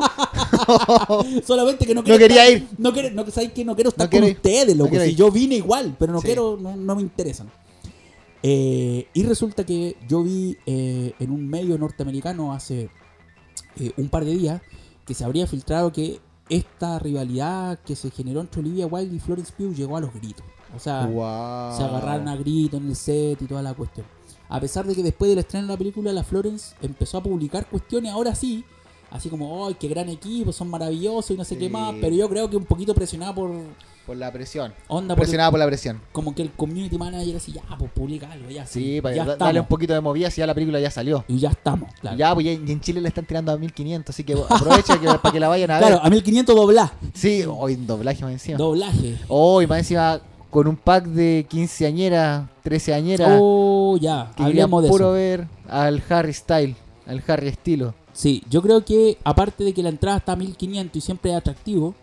Speaker 1: Solamente que no,
Speaker 2: No quería
Speaker 1: estar-
Speaker 2: ir.
Speaker 1: No, quiere- no, ¿sabes qué? no quiero estar
Speaker 2: No quiero
Speaker 1: con
Speaker 2: ir.
Speaker 1: ustedes, loco.
Speaker 2: quiero
Speaker 1: si
Speaker 2: ir.
Speaker 1: yo vine igual, pero no
Speaker 2: Sí.
Speaker 1: quiero, no, no me interesan. Eh, y resulta que yo vi eh, en un medio norteamericano hace eh, un par de días que se habría filtrado que esta rivalidad que se generó entre Olivia Wilde y Florence Pugh llegó a los gritos. O sea,
Speaker 2: Wow.
Speaker 1: se agarraron a gritos en el set y toda la cuestión. A pesar de que después del estreno de la película, la Florence empezó a publicar cuestiones, ahora sí, así como, ¡ay, qué gran equipo! Son maravillosos y no sé qué
Speaker 2: Sí.
Speaker 1: más, pero yo creo que un poquito presionada por
Speaker 2: Por la presión.
Speaker 1: onda, Ah, por
Speaker 2: Presionada por la presión.
Speaker 1: como que el community manager así, ya, pues publica algo, ya,
Speaker 2: Sí, para
Speaker 1: ya
Speaker 2: da-
Speaker 1: estamos.
Speaker 2: darle un poquito de movida si ya la película ya salió.
Speaker 1: Y ya estamos, claro.
Speaker 2: Ya, pues ya- y en Chile la están tirando a 1500, así que aprovecha que, para que la vayan a ver.
Speaker 1: Claro, a 1500 dobla,
Speaker 2: Sí, hoy en doblaje más encima.
Speaker 1: doblaje.
Speaker 2: Hoy más encima con un pack de quinceañera, treceañera.
Speaker 1: Oh, ya,
Speaker 2: que querían
Speaker 1: hablemos de
Speaker 2: puro
Speaker 1: eso.
Speaker 2: ver al Harry Style, al Harry estilo.
Speaker 1: Sí, yo creo que aparte de que la entrada está a 1500 y siempre es atractivo,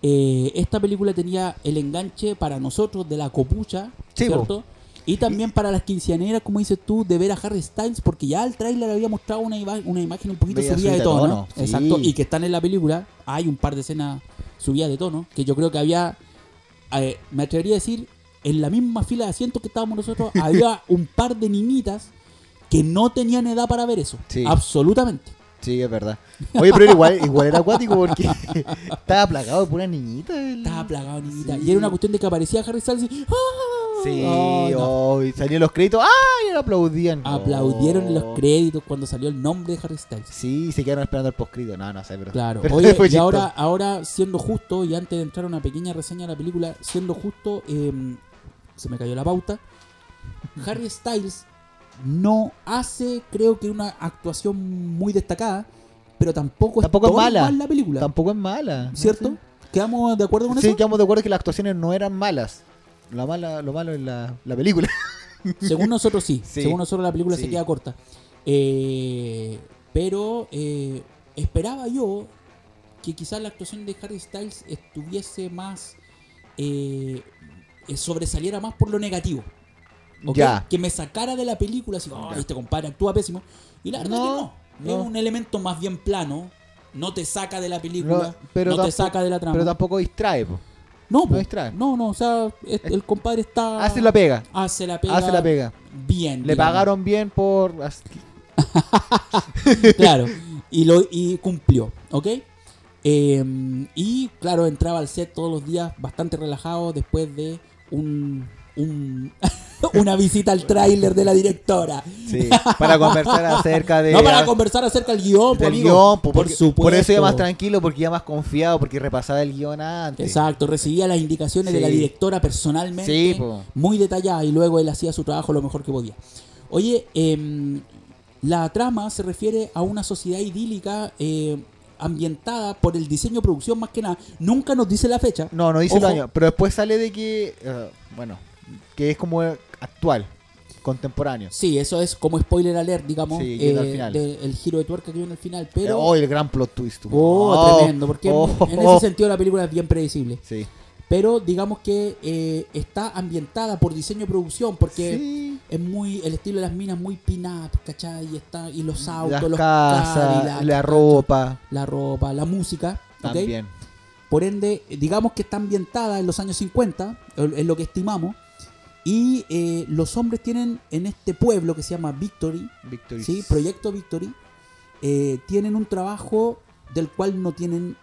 Speaker 1: eh, esta película tenía el enganche para nosotros de la copucha,
Speaker 2: Sí,
Speaker 1: ¿cierto? Y también para las quinceañeras, como dices tú, de ver a Harry Styles, porque ya el tráiler había mostrado una, iba- una imagen un poquito
Speaker 2: Media
Speaker 1: subida de
Speaker 2: subida de
Speaker 1: tono.
Speaker 2: tono, sí.
Speaker 1: Exacto, y que están en la película. Hay un par de escenas subidas de tono, que yo creo que había, eh, me atrevería a decir, en la misma fila de asientos que estábamos nosotros, había un par de niñitas que no tenían edad para ver eso.
Speaker 2: Sí.
Speaker 1: Absolutamente.
Speaker 2: Sí, es verdad. Oye, pero era igual, igual era acuático porque estaba plagado de pura niñita. el-
Speaker 1: Estaba plagado, niñita.
Speaker 2: Sí.
Speaker 1: Y era una cuestión de que aparecía Harry Styles y... ¡Ah!
Speaker 2: Sí,
Speaker 1: Ay, no.
Speaker 2: oh, y salían los créditos. ¡Ay! Y lo aplaudían.
Speaker 1: Aplaudieron en
Speaker 2: No.
Speaker 1: los créditos cuando salió el nombre de Harry Styles.
Speaker 2: Sí, se quedaron esperando el postcrito. No, no sé, pero.
Speaker 1: Claro.
Speaker 2: pero
Speaker 1: Oye,
Speaker 2: fue
Speaker 1: y
Speaker 2: chistoso.
Speaker 1: ahora, ahora, siendo justo, y antes de entrar a una pequeña reseña de la película, siendo justo, eh, se me cayó la pauta. Harry Styles no hace, creo que, una actuación muy destacada, pero tampoco,
Speaker 2: Tampoco es
Speaker 1: tan
Speaker 2: mala.
Speaker 1: mal la película.
Speaker 2: Tampoco es mala.
Speaker 1: ¿Cierto? ¿Quedamos de acuerdo con
Speaker 2: Sí,
Speaker 1: eso?
Speaker 2: quedamos de acuerdo que las actuaciones no eran malas. La mala, lo malo es la, la película.
Speaker 1: Según nosotros sí.
Speaker 2: Sí.
Speaker 1: Según nosotros la película se
Speaker 2: Sí.
Speaker 1: queda corta. Eh, pero eh, esperaba yo que quizás la actuación de Harry Styles estuviese más... eh, eh, sobresaliera más por lo negativo. ¿ok?
Speaker 2: Ya.
Speaker 1: Que me sacara de la película así, "Oh,
Speaker 2: Ya.
Speaker 1: este compadre actúa pésimo. Y la verdad
Speaker 2: No,
Speaker 1: que no.
Speaker 2: no.
Speaker 1: Es un elemento más bien plano. No te saca de la
Speaker 2: No,
Speaker 1: película, no,
Speaker 2: pero
Speaker 1: te
Speaker 2: tampoco,
Speaker 1: saca de la trama.
Speaker 2: pero tampoco distrae. po.
Speaker 1: no, po.
Speaker 2: distrae.
Speaker 1: no, no, o sea, es- el compadre está...
Speaker 2: Hace la pega.
Speaker 1: hace la Ah. pega.
Speaker 2: Hace la pega.
Speaker 1: Bien.
Speaker 2: Le
Speaker 1: digamos.
Speaker 2: pagaron bien por.
Speaker 1: Claro. Y, lo, y cumplió, ¿ok? Eh, y claro, entraba al set todos los días bastante relajado después de un, un- una visita al tráiler de la directora. Ah,
Speaker 2: Sí, para conversar acerca de.
Speaker 1: no para conversar acerca del guión,
Speaker 2: del
Speaker 1: pues, amigo.
Speaker 2: guión, po,
Speaker 1: por
Speaker 2: porque-
Speaker 1: supuesto.
Speaker 2: Por eso iba más tranquilo, porque iba más confiado, porque repasaba el guión antes.
Speaker 1: Exacto, recibía las indicaciones de la
Speaker 2: Sí.
Speaker 1: directora personalmente,
Speaker 2: Sí, po.
Speaker 1: muy detallada, y luego él hacía su trabajo lo mejor que podía. Oye, em, la trama se refiere a una sociedad idílica eh, ambientada por el diseño producción más que nada. Nunca nos dice la fecha.
Speaker 2: No, no dice el
Speaker 1: Ojo.
Speaker 2: año, pero después sale de que. eh, bueno, que es como actual, contemporáneo.
Speaker 1: Sí, eso es como spoiler alert, digamos,
Speaker 2: Sí, que es al
Speaker 1: eh,
Speaker 2: final.
Speaker 1: de- el giro de tuerca que viene al final.
Speaker 2: Eh,
Speaker 1: Pero,
Speaker 2: oh, el gran plot twist.
Speaker 1: oh, tremendo, porque
Speaker 2: oh,
Speaker 1: en
Speaker 2: oh.
Speaker 1: ese sentido la película es bien predecible.
Speaker 2: Sí.
Speaker 1: Pero digamos que eh, está ambientada por diseño producción, porque...
Speaker 2: Sí.
Speaker 1: es muy el estilo de las minas muy pin up ¿cachai? y está y los autos
Speaker 2: Las
Speaker 1: los
Speaker 2: casas,
Speaker 1: Cadillacs,
Speaker 2: la
Speaker 1: ¿cachai?
Speaker 2: ropa,
Speaker 1: la ropa la música ¿ok?
Speaker 2: también.
Speaker 1: por ende digamos que está ambientada en los años 50 es lo que estimamos y eh, los hombres tienen en este pueblo que se llama Victory
Speaker 2: Victory.
Speaker 1: sí proyecto Victory eh, tienen un trabajo del cual no tienen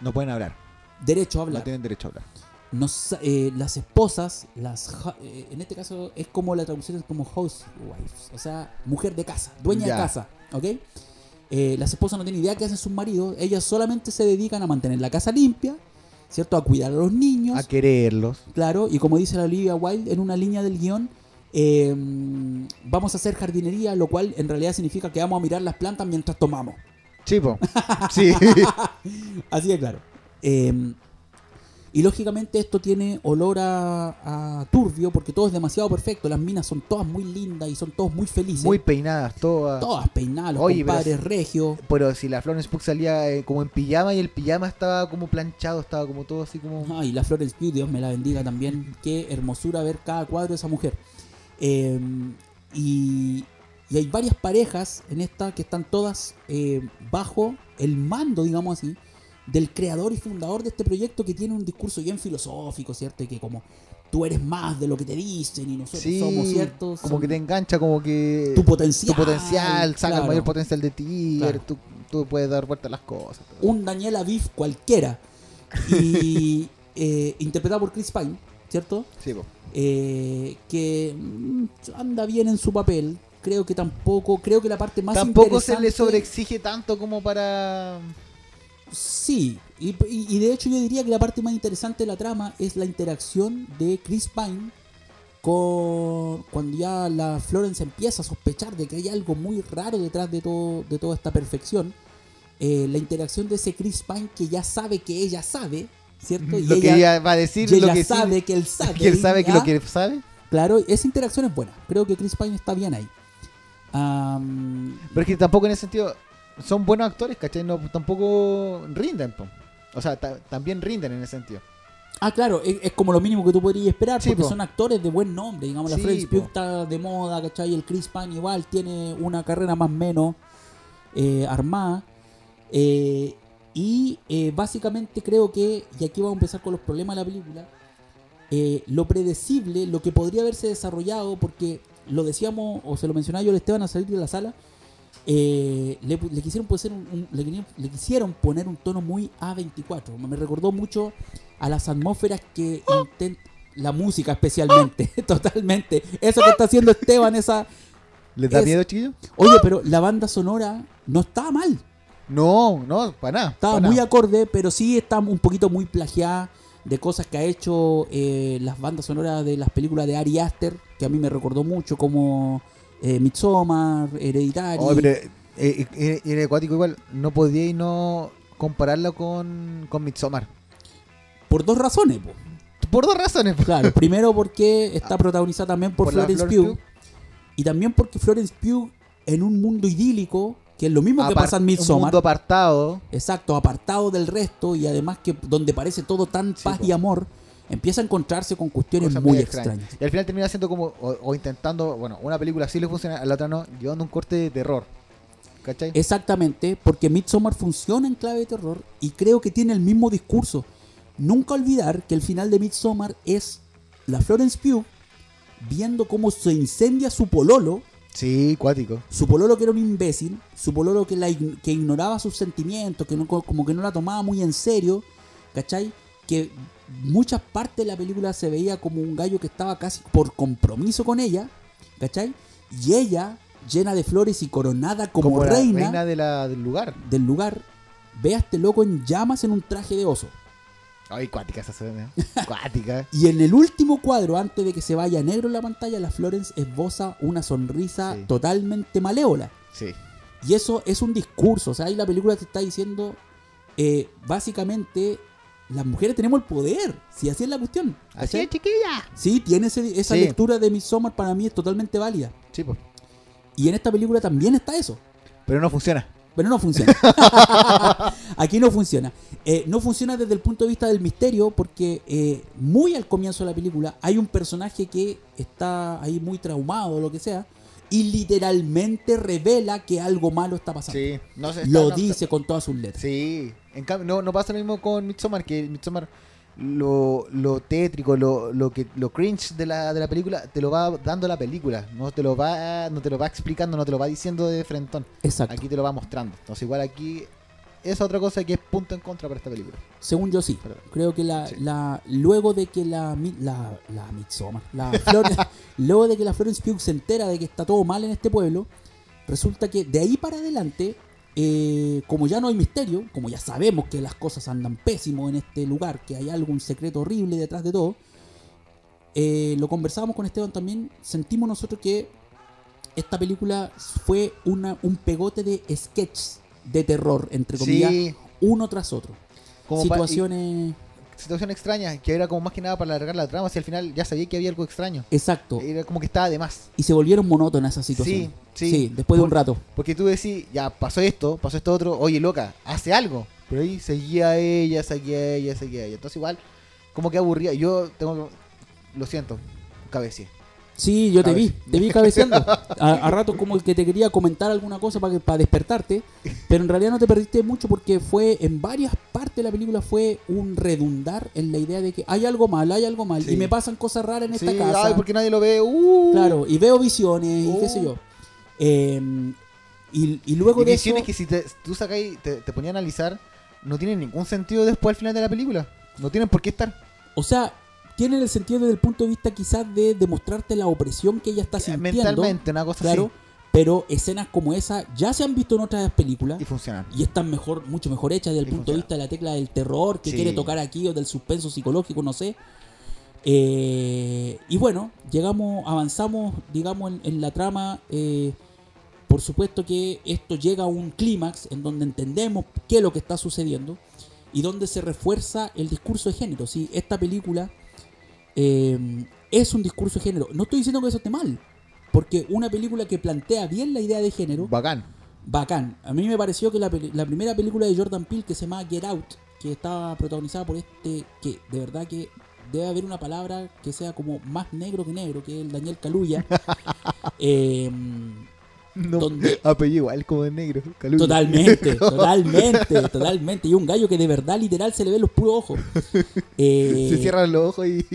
Speaker 2: No pueden hablar,
Speaker 1: derecho a
Speaker 2: no
Speaker 1: hablar
Speaker 2: tienen derecho a hablar.
Speaker 1: No sa- eh, las esposas las hu- eh, en este caso es como la traducción es como housewives o sea mujer de casa dueña
Speaker 2: Ya.
Speaker 1: de casa ¿ok? Eh, las esposas no tienen idea qué hacen sus maridos ellas solamente se dedican a mantener la casa limpia cierto a cuidar a los niños
Speaker 2: A quererlos.
Speaker 1: claro y como dice la Olivia Wilde en una línea del guión eh, vamos a hacer jardinería lo cual en realidad significa que vamos a mirar las plantas mientras tomamos
Speaker 2: Chipo. Sí.
Speaker 1: Así de claro. Eh, y lógicamente esto tiene olor a, a turbio porque todo es demasiado perfecto. Las minas son todas muy lindas y son todos muy felices.
Speaker 2: Muy peinadas todas.
Speaker 1: todas peinadas, los
Speaker 2: Oye, pero
Speaker 1: compadres regios.
Speaker 2: Pero si la Florence Pugh salía eh, como en pijama y el pijama estaba como planchado, estaba como todo así como...
Speaker 1: Ay, Ah, la Florence Pugh, Dios me la bendiga también. Qué hermosura ver cada cuadro de esa mujer. Eh, y, y hay varias parejas en esta que están todas eh, bajo el mando, digamos así, del creador y fundador de este proyecto que tiene un discurso bien filosófico, ¿cierto? Y que como tú eres más de lo que te dicen y nosotros
Speaker 2: Sí,
Speaker 1: somos, ¿cierto?
Speaker 2: como
Speaker 1: Son
Speaker 2: que te engancha, como que...
Speaker 1: tu potencial.
Speaker 2: tu potencial, saca el
Speaker 1: claro.
Speaker 2: mayor potencial de ti,
Speaker 1: Claro.
Speaker 2: tú, tú puedes dar vuelta a las cosas. todo.
Speaker 1: un Daniel Aviv cualquiera. Y eh, interpretado por Chris Pine, ¿cierto?
Speaker 2: Sí, po.
Speaker 1: eh, que mm, anda bien en su papel. Creo que tampoco, creo que la parte más
Speaker 2: Tampoco se le
Speaker 1: interesante-
Speaker 2: sobreexige tanto como para...
Speaker 1: Sí, y, y- y de hecho yo diría que la parte más interesante de la trama es la interacción de Chris Pine con cuando ya la Florence empieza a sospechar de que hay algo muy raro detrás de todo de toda esta perfección. eh, la interacción de ese Chris Pine que ya sabe que ella sabe, ¿cierto?
Speaker 2: lo que ella va a decir,
Speaker 1: y
Speaker 2: lo
Speaker 1: ella
Speaker 2: que sí-
Speaker 1: sabe que él sabe.
Speaker 2: que él sabe que
Speaker 1: ¿ya?
Speaker 2: lo que sabe.
Speaker 1: Claro, esa interacción es buena. Creo que Chris Pine está bien ahí. Am,
Speaker 2: Pero es que tampoco en ese sentido son buenos actores, ¿cachai? No, tampoco rinden, po. O sea, ta- también rinden en ese sentido.
Speaker 1: ah, claro, es, es como lo mínimo que tú podrías esperar
Speaker 2: Sí,
Speaker 1: porque
Speaker 2: po.
Speaker 1: son actores de buen nombre. Digamos, la
Speaker 2: Sí,
Speaker 1: Florence
Speaker 2: po.
Speaker 1: Pugh está de moda, ¿cachai? El Chris Pine igual tiene una carrera más o menos eh, armada. Eh, y eh, básicamente creo que, y aquí vamos a empezar con los problemas de la película, eh, lo predecible, lo que podría haberse desarrollado, porque lo decíamos o se lo mencionaba yo a Esteban al salir de la sala, eh, le, pu- le quisieron poner un, un- le, querían- le quisieron poner un tono muy A24. Me recordó mucho a las atmósferas que intenta la música especialmente, totalmente. Eso que está haciendo Esteban, esa...
Speaker 2: ¿Les da
Speaker 1: Es-
Speaker 2: miedo, chiquillo?
Speaker 1: Oye, pero la banda sonora no estaba mal.
Speaker 2: No, no, para nada.
Speaker 1: Estaba
Speaker 2: pa'
Speaker 1: muy
Speaker 2: nada.
Speaker 1: acorde, pero sí está un poquito muy plagiada de cosas que ha hecho eh, las bandas sonoras de las películas de Ari Aster, que a mí me recordó mucho, como eh, Midsommar, Hereditary.
Speaker 2: Oh, pero, eh, eh, eh, era acuático igual. No podía y no compararla con, con Midsommar.
Speaker 1: Por dos razones, po.
Speaker 2: Por dos razones. po.
Speaker 1: claro. Primero porque está protagonizada también por,
Speaker 2: Por la
Speaker 1: Florence
Speaker 2: Florence
Speaker 1: Pugh, y también porque Florence Pugh en un mundo idílico, que es lo mismo que
Speaker 2: Apar-
Speaker 1: pasa en
Speaker 2: Un
Speaker 1: Midsommar,
Speaker 2: mundo apartado.
Speaker 1: Exacto, apartado del resto y además que donde parece todo tan
Speaker 2: Sí,
Speaker 1: paz
Speaker 2: po.
Speaker 1: y amor, empieza a encontrarse con cuestiones
Speaker 2: cosas
Speaker 1: muy
Speaker 2: medio
Speaker 1: extrañas.
Speaker 2: Y al final termina siendo como, o, o intentando, bueno, una película sí le funciona, a la otra no, llevando un corte de terror. ¿Cachai?
Speaker 1: Exactamente, porque Midsommar funciona en clave de terror y creo que tiene el mismo discurso. Nunca olvidar que el final de Midsommar es la Florence Pugh viendo cómo se incendia su pololo,
Speaker 2: Sí, cuático.
Speaker 1: su pololo que era un imbécil, su pololo que, la ign- que ignoraba sus sentimientos, que no, co- como que no la tomaba muy en serio, ¿cachai? Que muchas partes de la película se veía como un gallo que estaba casi por compromiso con ella, ¿cachai? Y ella, llena de flores y coronada como,
Speaker 2: la
Speaker 1: reina,
Speaker 2: reina de la, del lugar.
Speaker 1: del lugar, ve a este loco en llamas en un traje de oso.
Speaker 2: Ay, cuática esa escena. cuática.
Speaker 1: Y en el último cuadro, antes de que se vaya a negro en la pantalla, la Florence esboza una sonrisa
Speaker 2: Sí.
Speaker 1: totalmente malévola.
Speaker 2: Sí.
Speaker 1: Y eso es un discurso. O sea, ahí la película te está diciendo, eh, básicamente, las mujeres tenemos el poder. Si así es la cuestión.
Speaker 2: Así
Speaker 1: ¿cachai?
Speaker 2: es, chiquilla.
Speaker 1: ¿Ah, Sí, tiene ese- esa
Speaker 2: Sí.
Speaker 1: lectura de Midsommar para mí es totalmente válida.
Speaker 2: Sí, po.
Speaker 1: Y en esta película también está eso.
Speaker 2: Pero no funciona.
Speaker 1: Pero no funciona. Aquí no funciona. Eh, no funciona desde el punto de vista del misterio porque eh, muy al comienzo de la película hay un personaje que está ahí muy traumado o lo que sea y literalmente revela que algo malo está pasando.
Speaker 2: Sí. No se
Speaker 1: lo
Speaker 2: no-
Speaker 1: dice con todas sus letras.
Speaker 2: Sí. En cambio, no, no pasa lo mismo con Midsommar, que Midsommar lo, lo tétrico, lo, lo que lo cringe de la, de la película, te lo va dando la película. No te lo va, no te lo va explicando, no te lo va diciendo de frentón.
Speaker 1: Exacto.
Speaker 2: Aquí te lo va mostrando. Entonces igual aquí es otra cosa que es punto en contra para esta película.
Speaker 1: Según yo sí.
Speaker 2: Pero-
Speaker 1: Creo que la,
Speaker 2: Sí.
Speaker 1: la luego de que la mi- la, la Midsommar, la Flor- luego de que la Florence Pugh se entera de que está todo mal en este pueblo, resulta que de ahí para adelante, eh, como ya no hay misterio, como ya sabemos que las cosas andan pésimo en este lugar, que hay algún secreto horrible detrás de todo, eh, lo conversábamos con Esteban también, sentimos nosotros que esta película fue una, un pegote de sketches de terror, entre comillas,
Speaker 2: Sí,
Speaker 1: uno tras otro
Speaker 2: como pa-
Speaker 1: situaciones.
Speaker 2: y- situación extraña, que era como más que nada para alargar la trama, si al final ya sabía que había algo extraño.
Speaker 1: Exacto.
Speaker 2: Era como que estaba de más.
Speaker 1: Y se volvieron monótonas esas situaciones.
Speaker 2: Eh, Sí, sí.
Speaker 1: después de un rato.
Speaker 2: Porque tú decís, ya pasó esto, pasó esto otro, oye loca, hace algo. Pero ahí seguía ella, seguía ella, seguía ella. Entonces igual, como que aburría. Yo tengo que- Lo siento, cabecié.
Speaker 1: Sí, yo te vi,
Speaker 2: Cabece-
Speaker 1: te vi cabeceando. A, a ratos como que te quería comentar alguna cosa para, que, para despertarte, pero en realidad no te perdiste mucho porque fue en varias partes de la película fue un redundar en la idea de que hay algo mal, hay algo mal,
Speaker 2: Sí.
Speaker 1: y me pasan cosas raras en
Speaker 2: Sí,
Speaker 1: esta casa.
Speaker 2: ay, porque nadie lo ve. Uh,
Speaker 1: Claro, y veo visiones y qué
Speaker 2: Oh.
Speaker 1: sé yo. Eh, y, y luego
Speaker 2: Y
Speaker 1: de
Speaker 2: visiones
Speaker 1: eso-
Speaker 2: que si te, tú sacas y te, te ponías a analizar, no tienen ningún sentido después al final de la película. No tienen por qué estar.
Speaker 1: O sea, tiene el sentido desde el punto de vista quizás de demostrarte la opresión que ella está sintiendo.
Speaker 2: Eh, Mentalmente, una cosa
Speaker 1: Ah, Claro. Pero escenas como esa ya se han visto en otras películas.
Speaker 2: así. Y funcionan.
Speaker 1: Y están mejor, mucho mejor hechas desde el
Speaker 2: Y
Speaker 1: punto de
Speaker 2: funciona.
Speaker 1: vista de la tecla del terror que
Speaker 2: Sí.
Speaker 1: quiere tocar aquí o del suspenso psicológico, no sé. Eh, y bueno, llegamos, avanzamos, digamos, en, en la trama. eh, por supuesto que esto llega a un clímax en donde entendemos qué es lo que está sucediendo y donde se refuerza el discurso de género. ¿sí? Esta película eh, es un discurso de género. No estoy diciendo que eso esté mal, porque una película que plantea bien la idea de género
Speaker 2: Bacán.
Speaker 1: bacán. A mí me pareció que la, peli- la primera película de Jordan Peele que se llama Get Out, que estaba protagonizada por este, que de verdad que debe haber una palabra que sea como más negro que negro, que es el Daniel Caluya.
Speaker 2: No,
Speaker 1: ¿Dónde?
Speaker 2: apellido igual como de negro. Calumnia.
Speaker 1: Totalmente, totalmente, totalmente. Y un gallo que de verdad, literal, se le ven los puros ojos. Eh,
Speaker 2: Se cierran los ojos y,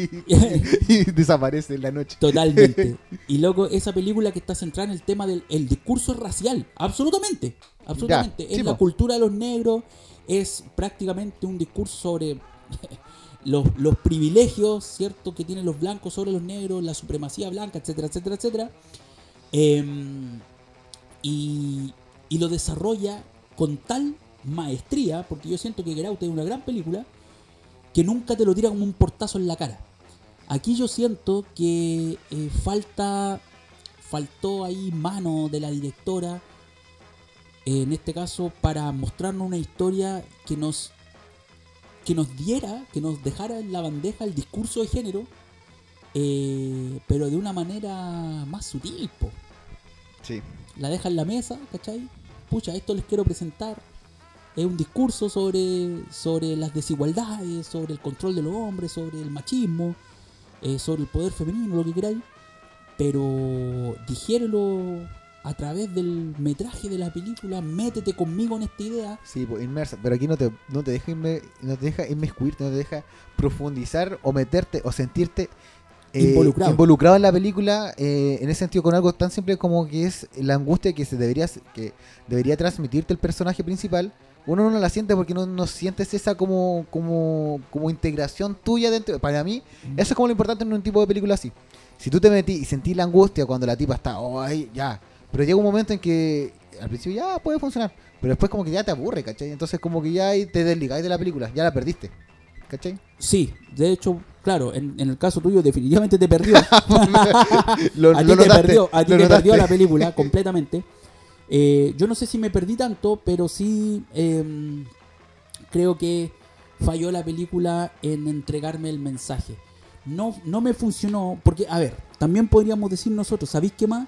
Speaker 2: y desaparece en la noche.
Speaker 1: Totalmente. Y loco, esa película que está centrada en el tema del el discurso racial. Absolutamente. Absolutamente.
Speaker 2: Ya,
Speaker 1: es
Speaker 2: sí,
Speaker 1: la
Speaker 2: po.
Speaker 1: cultura de los negros. Es prácticamente un discurso sobre los, los privilegios, ¿cierto? Que tienen los blancos sobre los negros, la supremacía blanca, etcétera, etcétera, etcétera. Em, y, y lo desarrolla con tal maestría, porque yo siento que Get Out es una gran película, que nunca te lo tira como un portazo en la cara. Aquí yo siento que eh, falta, faltó ahí mano de la directora, en este caso, para mostrarnos una historia que nos, que nos diera, que nos dejara en la bandeja el discurso de género, eh, pero de una manera más sutil, po
Speaker 2: Sí.
Speaker 1: la deja en la mesa, ¿cachai? Pucha, esto les quiero presentar. Es un discurso sobre, sobre las desigualdades, sobre el control de los hombres, sobre el machismo, eh, sobre el poder femenino, lo que queráis. Pero digiérelo a través del metraje de la película, métete conmigo en esta idea.
Speaker 2: Sí, pues, inmersa. Pero aquí no te, no te deja inme- no te deja inmiscuirte, no te deja profundizar o meterte o sentirte eh,
Speaker 1: Involucrado.
Speaker 2: involucrado en la película eh, en ese sentido con algo tan simple como que es la angustia que se debería que debería transmitirte el personaje principal. Uno no la siente porque no, no sientes esa como, como, como integración tuya dentro. Para mí, eso es como lo importante en un tipo de película así. Si tú te metí y sentís la angustia cuando la tipa está, oh, ay, ya. Pero llega un momento en que al principio ya puede funcionar, pero después como que ya te aburre, ¿cachai? Entonces como que ya ahí te desligáis de la película, ya la perdiste, ¿cachai?
Speaker 1: Sí, de hecho, claro, en, en el caso tuyo definitivamente te perdió.
Speaker 2: Lo,
Speaker 1: a
Speaker 2: lo
Speaker 1: ti te
Speaker 2: notaste,
Speaker 1: perdió, a ti
Speaker 2: lo
Speaker 1: te perdió
Speaker 2: notaste.
Speaker 1: la película completamente. Eh, yo no sé si me perdí tanto, pero sí eh, creo que falló la película en entregarme el mensaje. No, no me funcionó, porque, a ver, también podríamos decir nosotros, ¿sabéis qué más?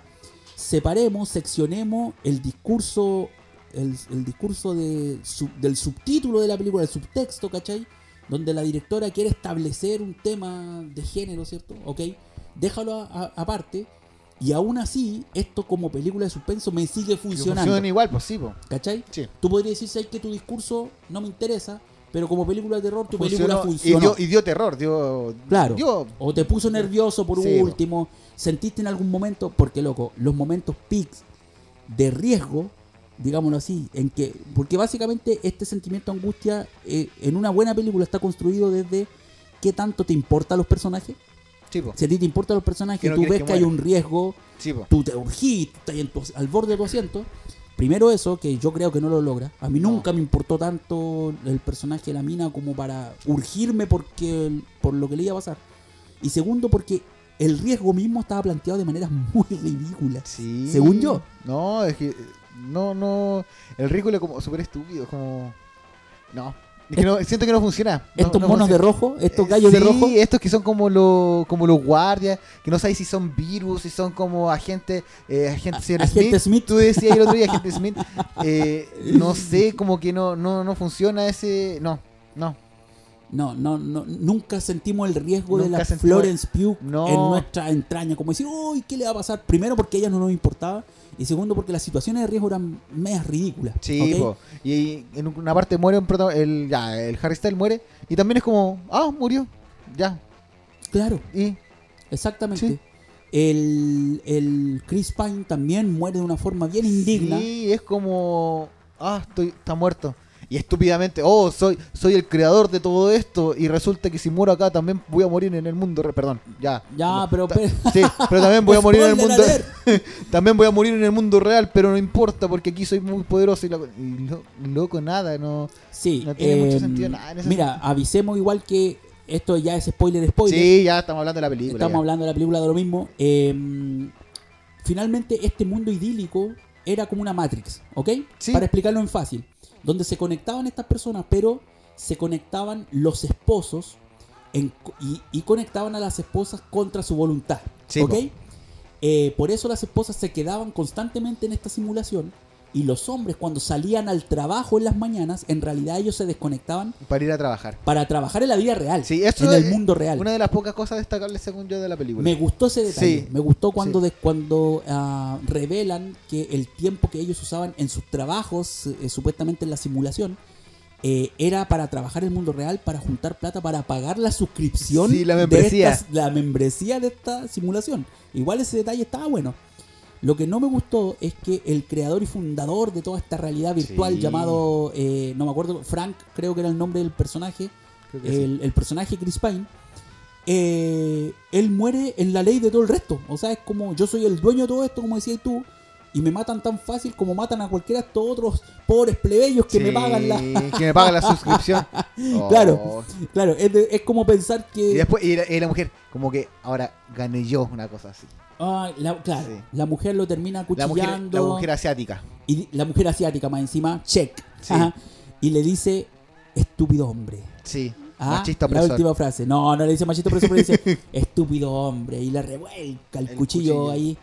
Speaker 1: Separemos, seccionemos el discurso, el, el discurso de, sub- del subtítulo de la película, el subtexto, ¿cachai? Donde la directora quiere establecer un tema de género, ¿cierto? Ok, déjalo a- a- aparte. Y aún así, esto como película de suspenso me sigue
Speaker 2: Que
Speaker 1: funcionando.
Speaker 2: Funciona igual, pues sí, po.
Speaker 1: ¿Cachai?
Speaker 2: Sí.
Speaker 1: Tú podrías decir, "Sabes que tu discurso no me interesa, pero como película de terror, tu película
Speaker 2: Funcionó
Speaker 1: funcionó.
Speaker 2: Y, dio, y dio terror, dio...
Speaker 1: Claro.
Speaker 2: dio-
Speaker 1: O te puso nervioso por
Speaker 2: Sí, po.
Speaker 1: último. Sentiste en algún momento, porque loco, los momentos pics de riesgo, digámoslo así, en que. Porque básicamente este sentimiento de angustia eh, en una buena película está construido desde qué tanto te importa a los personajes.
Speaker 2: sí, po.
Speaker 1: Si a ti te importan los personajes
Speaker 2: Que
Speaker 1: y
Speaker 2: no
Speaker 1: tú
Speaker 2: quieres
Speaker 1: ves
Speaker 2: que
Speaker 1: que, hay
Speaker 2: mueran.
Speaker 1: un riesgo,
Speaker 2: Sí, po.
Speaker 1: tú te urgís, tú estás en tu- al borde de tu asiento. Primero eso, que yo creo que no lo logra. A mí
Speaker 2: No.
Speaker 1: nunca me importó tanto el personaje de la mina como para urgirme porque el- por lo que le iba a pasar. Y segundo, porque el riesgo mismo estaba planteado de maneras muy ridículas.
Speaker 2: Sí.
Speaker 1: Según yo.
Speaker 2: No, es que. eh, No, no. El ridículo es como súper estúpido. es como. No. Es que no, siento que no funciona. no-
Speaker 1: Estos
Speaker 2: no
Speaker 1: monos de
Speaker 2: funciona.
Speaker 1: rojo, estos
Speaker 2: Eh,
Speaker 1: gallos de
Speaker 2: sí,
Speaker 1: rojo,
Speaker 2: estos que son como los como los guardias, que no sabes si son virus, si son como agentes, eh, agente,
Speaker 1: A-
Speaker 2: señor
Speaker 1: agente Smith.
Speaker 2: Tú decías el otro día, agente Smith. eh, no sé, como que no, no, no funciona ese. No, no.
Speaker 1: no, no, no, nunca sentimos el riesgo de
Speaker 2: Nunca
Speaker 1: la
Speaker 2: sentimos-
Speaker 1: Florence Pugh
Speaker 2: No.
Speaker 1: en nuestra entraña. Como decir, uy, ¿qué le va a pasar? Primero porque a ella no nos importaba. Y segundo porque las situaciones de riesgo eran medias ridículas.
Speaker 2: Sí,
Speaker 1: ¿ok?
Speaker 2: po. y, y en una parte muere un prota- el, ya, el Harry Styles muere y también es como, ah, murió, ya,
Speaker 1: Claro.
Speaker 2: y
Speaker 1: Exactamente.
Speaker 2: Sí.
Speaker 1: El, el Chris Pine también muere de una forma bien indigna.
Speaker 2: Sí, es como. Ah, estoy, está muerto. Y estúpidamente, oh, soy, soy el creador de todo esto. Y resulta que si muero acá también voy a morir en el mundo. re- Perdón, ya.
Speaker 1: Ya, pero-
Speaker 2: Ta-
Speaker 1: pero-
Speaker 2: Sí, pero también voy a morir en el
Speaker 1: Spoiler
Speaker 2: mundo. también voy a morir en el mundo real, pero no importa porque aquí soy muy poderoso. Y, la- y lo- loco, nada, no.
Speaker 1: Sí.
Speaker 2: No tiene mucho
Speaker 1: em,
Speaker 2: sentido nada en ese
Speaker 1: mira, avisemos igual que esto ya es spoiler, spoiler.
Speaker 2: Sí, ya estamos hablando de la película.
Speaker 1: Estamos
Speaker 2: ya.
Speaker 1: hablando de la película de lo mismo. Em, finalmente, este mundo idílico era como una Matrix, ¿ok?
Speaker 2: Sí.
Speaker 1: Para explicarlo en fácil. Donde se conectaban estas personas, pero se conectaban los esposos en co- y, y conectaban a las esposas contra su voluntad,
Speaker 2: Sí,
Speaker 1: ¿ok?
Speaker 2: po.
Speaker 1: Eh, por eso las esposas se quedaban constantemente en esta simulación Y los hombres cuando salían al trabajo en las mañanas, en realidad ellos se desconectaban
Speaker 2: Para ir a trabajar.
Speaker 1: para trabajar en la vida real,
Speaker 2: Sí, eso
Speaker 1: en el
Speaker 2: es
Speaker 1: mundo real.
Speaker 2: Una de las pocas cosas destacables, según yo, de la película.
Speaker 1: Me gustó ese detalle.
Speaker 2: Sí.
Speaker 1: Me gustó cuando, des- cuando ah, revelan que el tiempo que ellos usaban en sus trabajos, eh, supuestamente en la simulación, eh, era para trabajar en el mundo real, para juntar plata, para pagar la suscripción.
Speaker 2: Sí, la
Speaker 1: de
Speaker 2: membresía.
Speaker 1: estas- la membresía de esta simulación. Igual ese detalle estaba bueno. Lo que no me gustó es que el creador y fundador de toda esta realidad virtual
Speaker 2: Sí.
Speaker 1: llamado, eh, no me acuerdo, Frank creo que era el nombre del personaje,
Speaker 2: Creo que sí.
Speaker 1: el, el personaje Chris Pine, eh, él muere en la ley de todo el resto. O sea, es como yo soy el dueño de todo esto, como decías tú, y me matan tan fácil como matan a cualquiera de estos otros pobres plebeyos que me
Speaker 2: Sí,
Speaker 1: pagan la...
Speaker 2: que me pagan la suscripción. Oh.
Speaker 1: Claro. Claro, es, de- es como pensar
Speaker 2: Y
Speaker 1: que...
Speaker 2: después, y la, y la mujer, como que ahora gané yo una cosa así.
Speaker 1: Ah, la, claro,
Speaker 2: Sí.
Speaker 1: la mujer lo termina
Speaker 2: La
Speaker 1: cuchillando.
Speaker 2: mujer, la mujer asiática.
Speaker 1: Y di- la mujer asiática más encima, check.
Speaker 2: Sí.
Speaker 1: Ajá. Y le dice, estúpido hombre.
Speaker 2: Sí,
Speaker 1: Ah,
Speaker 2: machista
Speaker 1: La
Speaker 2: opresor.
Speaker 1: última frase. No, no le dice machista opresor, pero le dice, estúpido hombre. Y le revuelca el,
Speaker 2: El
Speaker 1: cuchillo,
Speaker 2: cuchillo.
Speaker 1: ahí.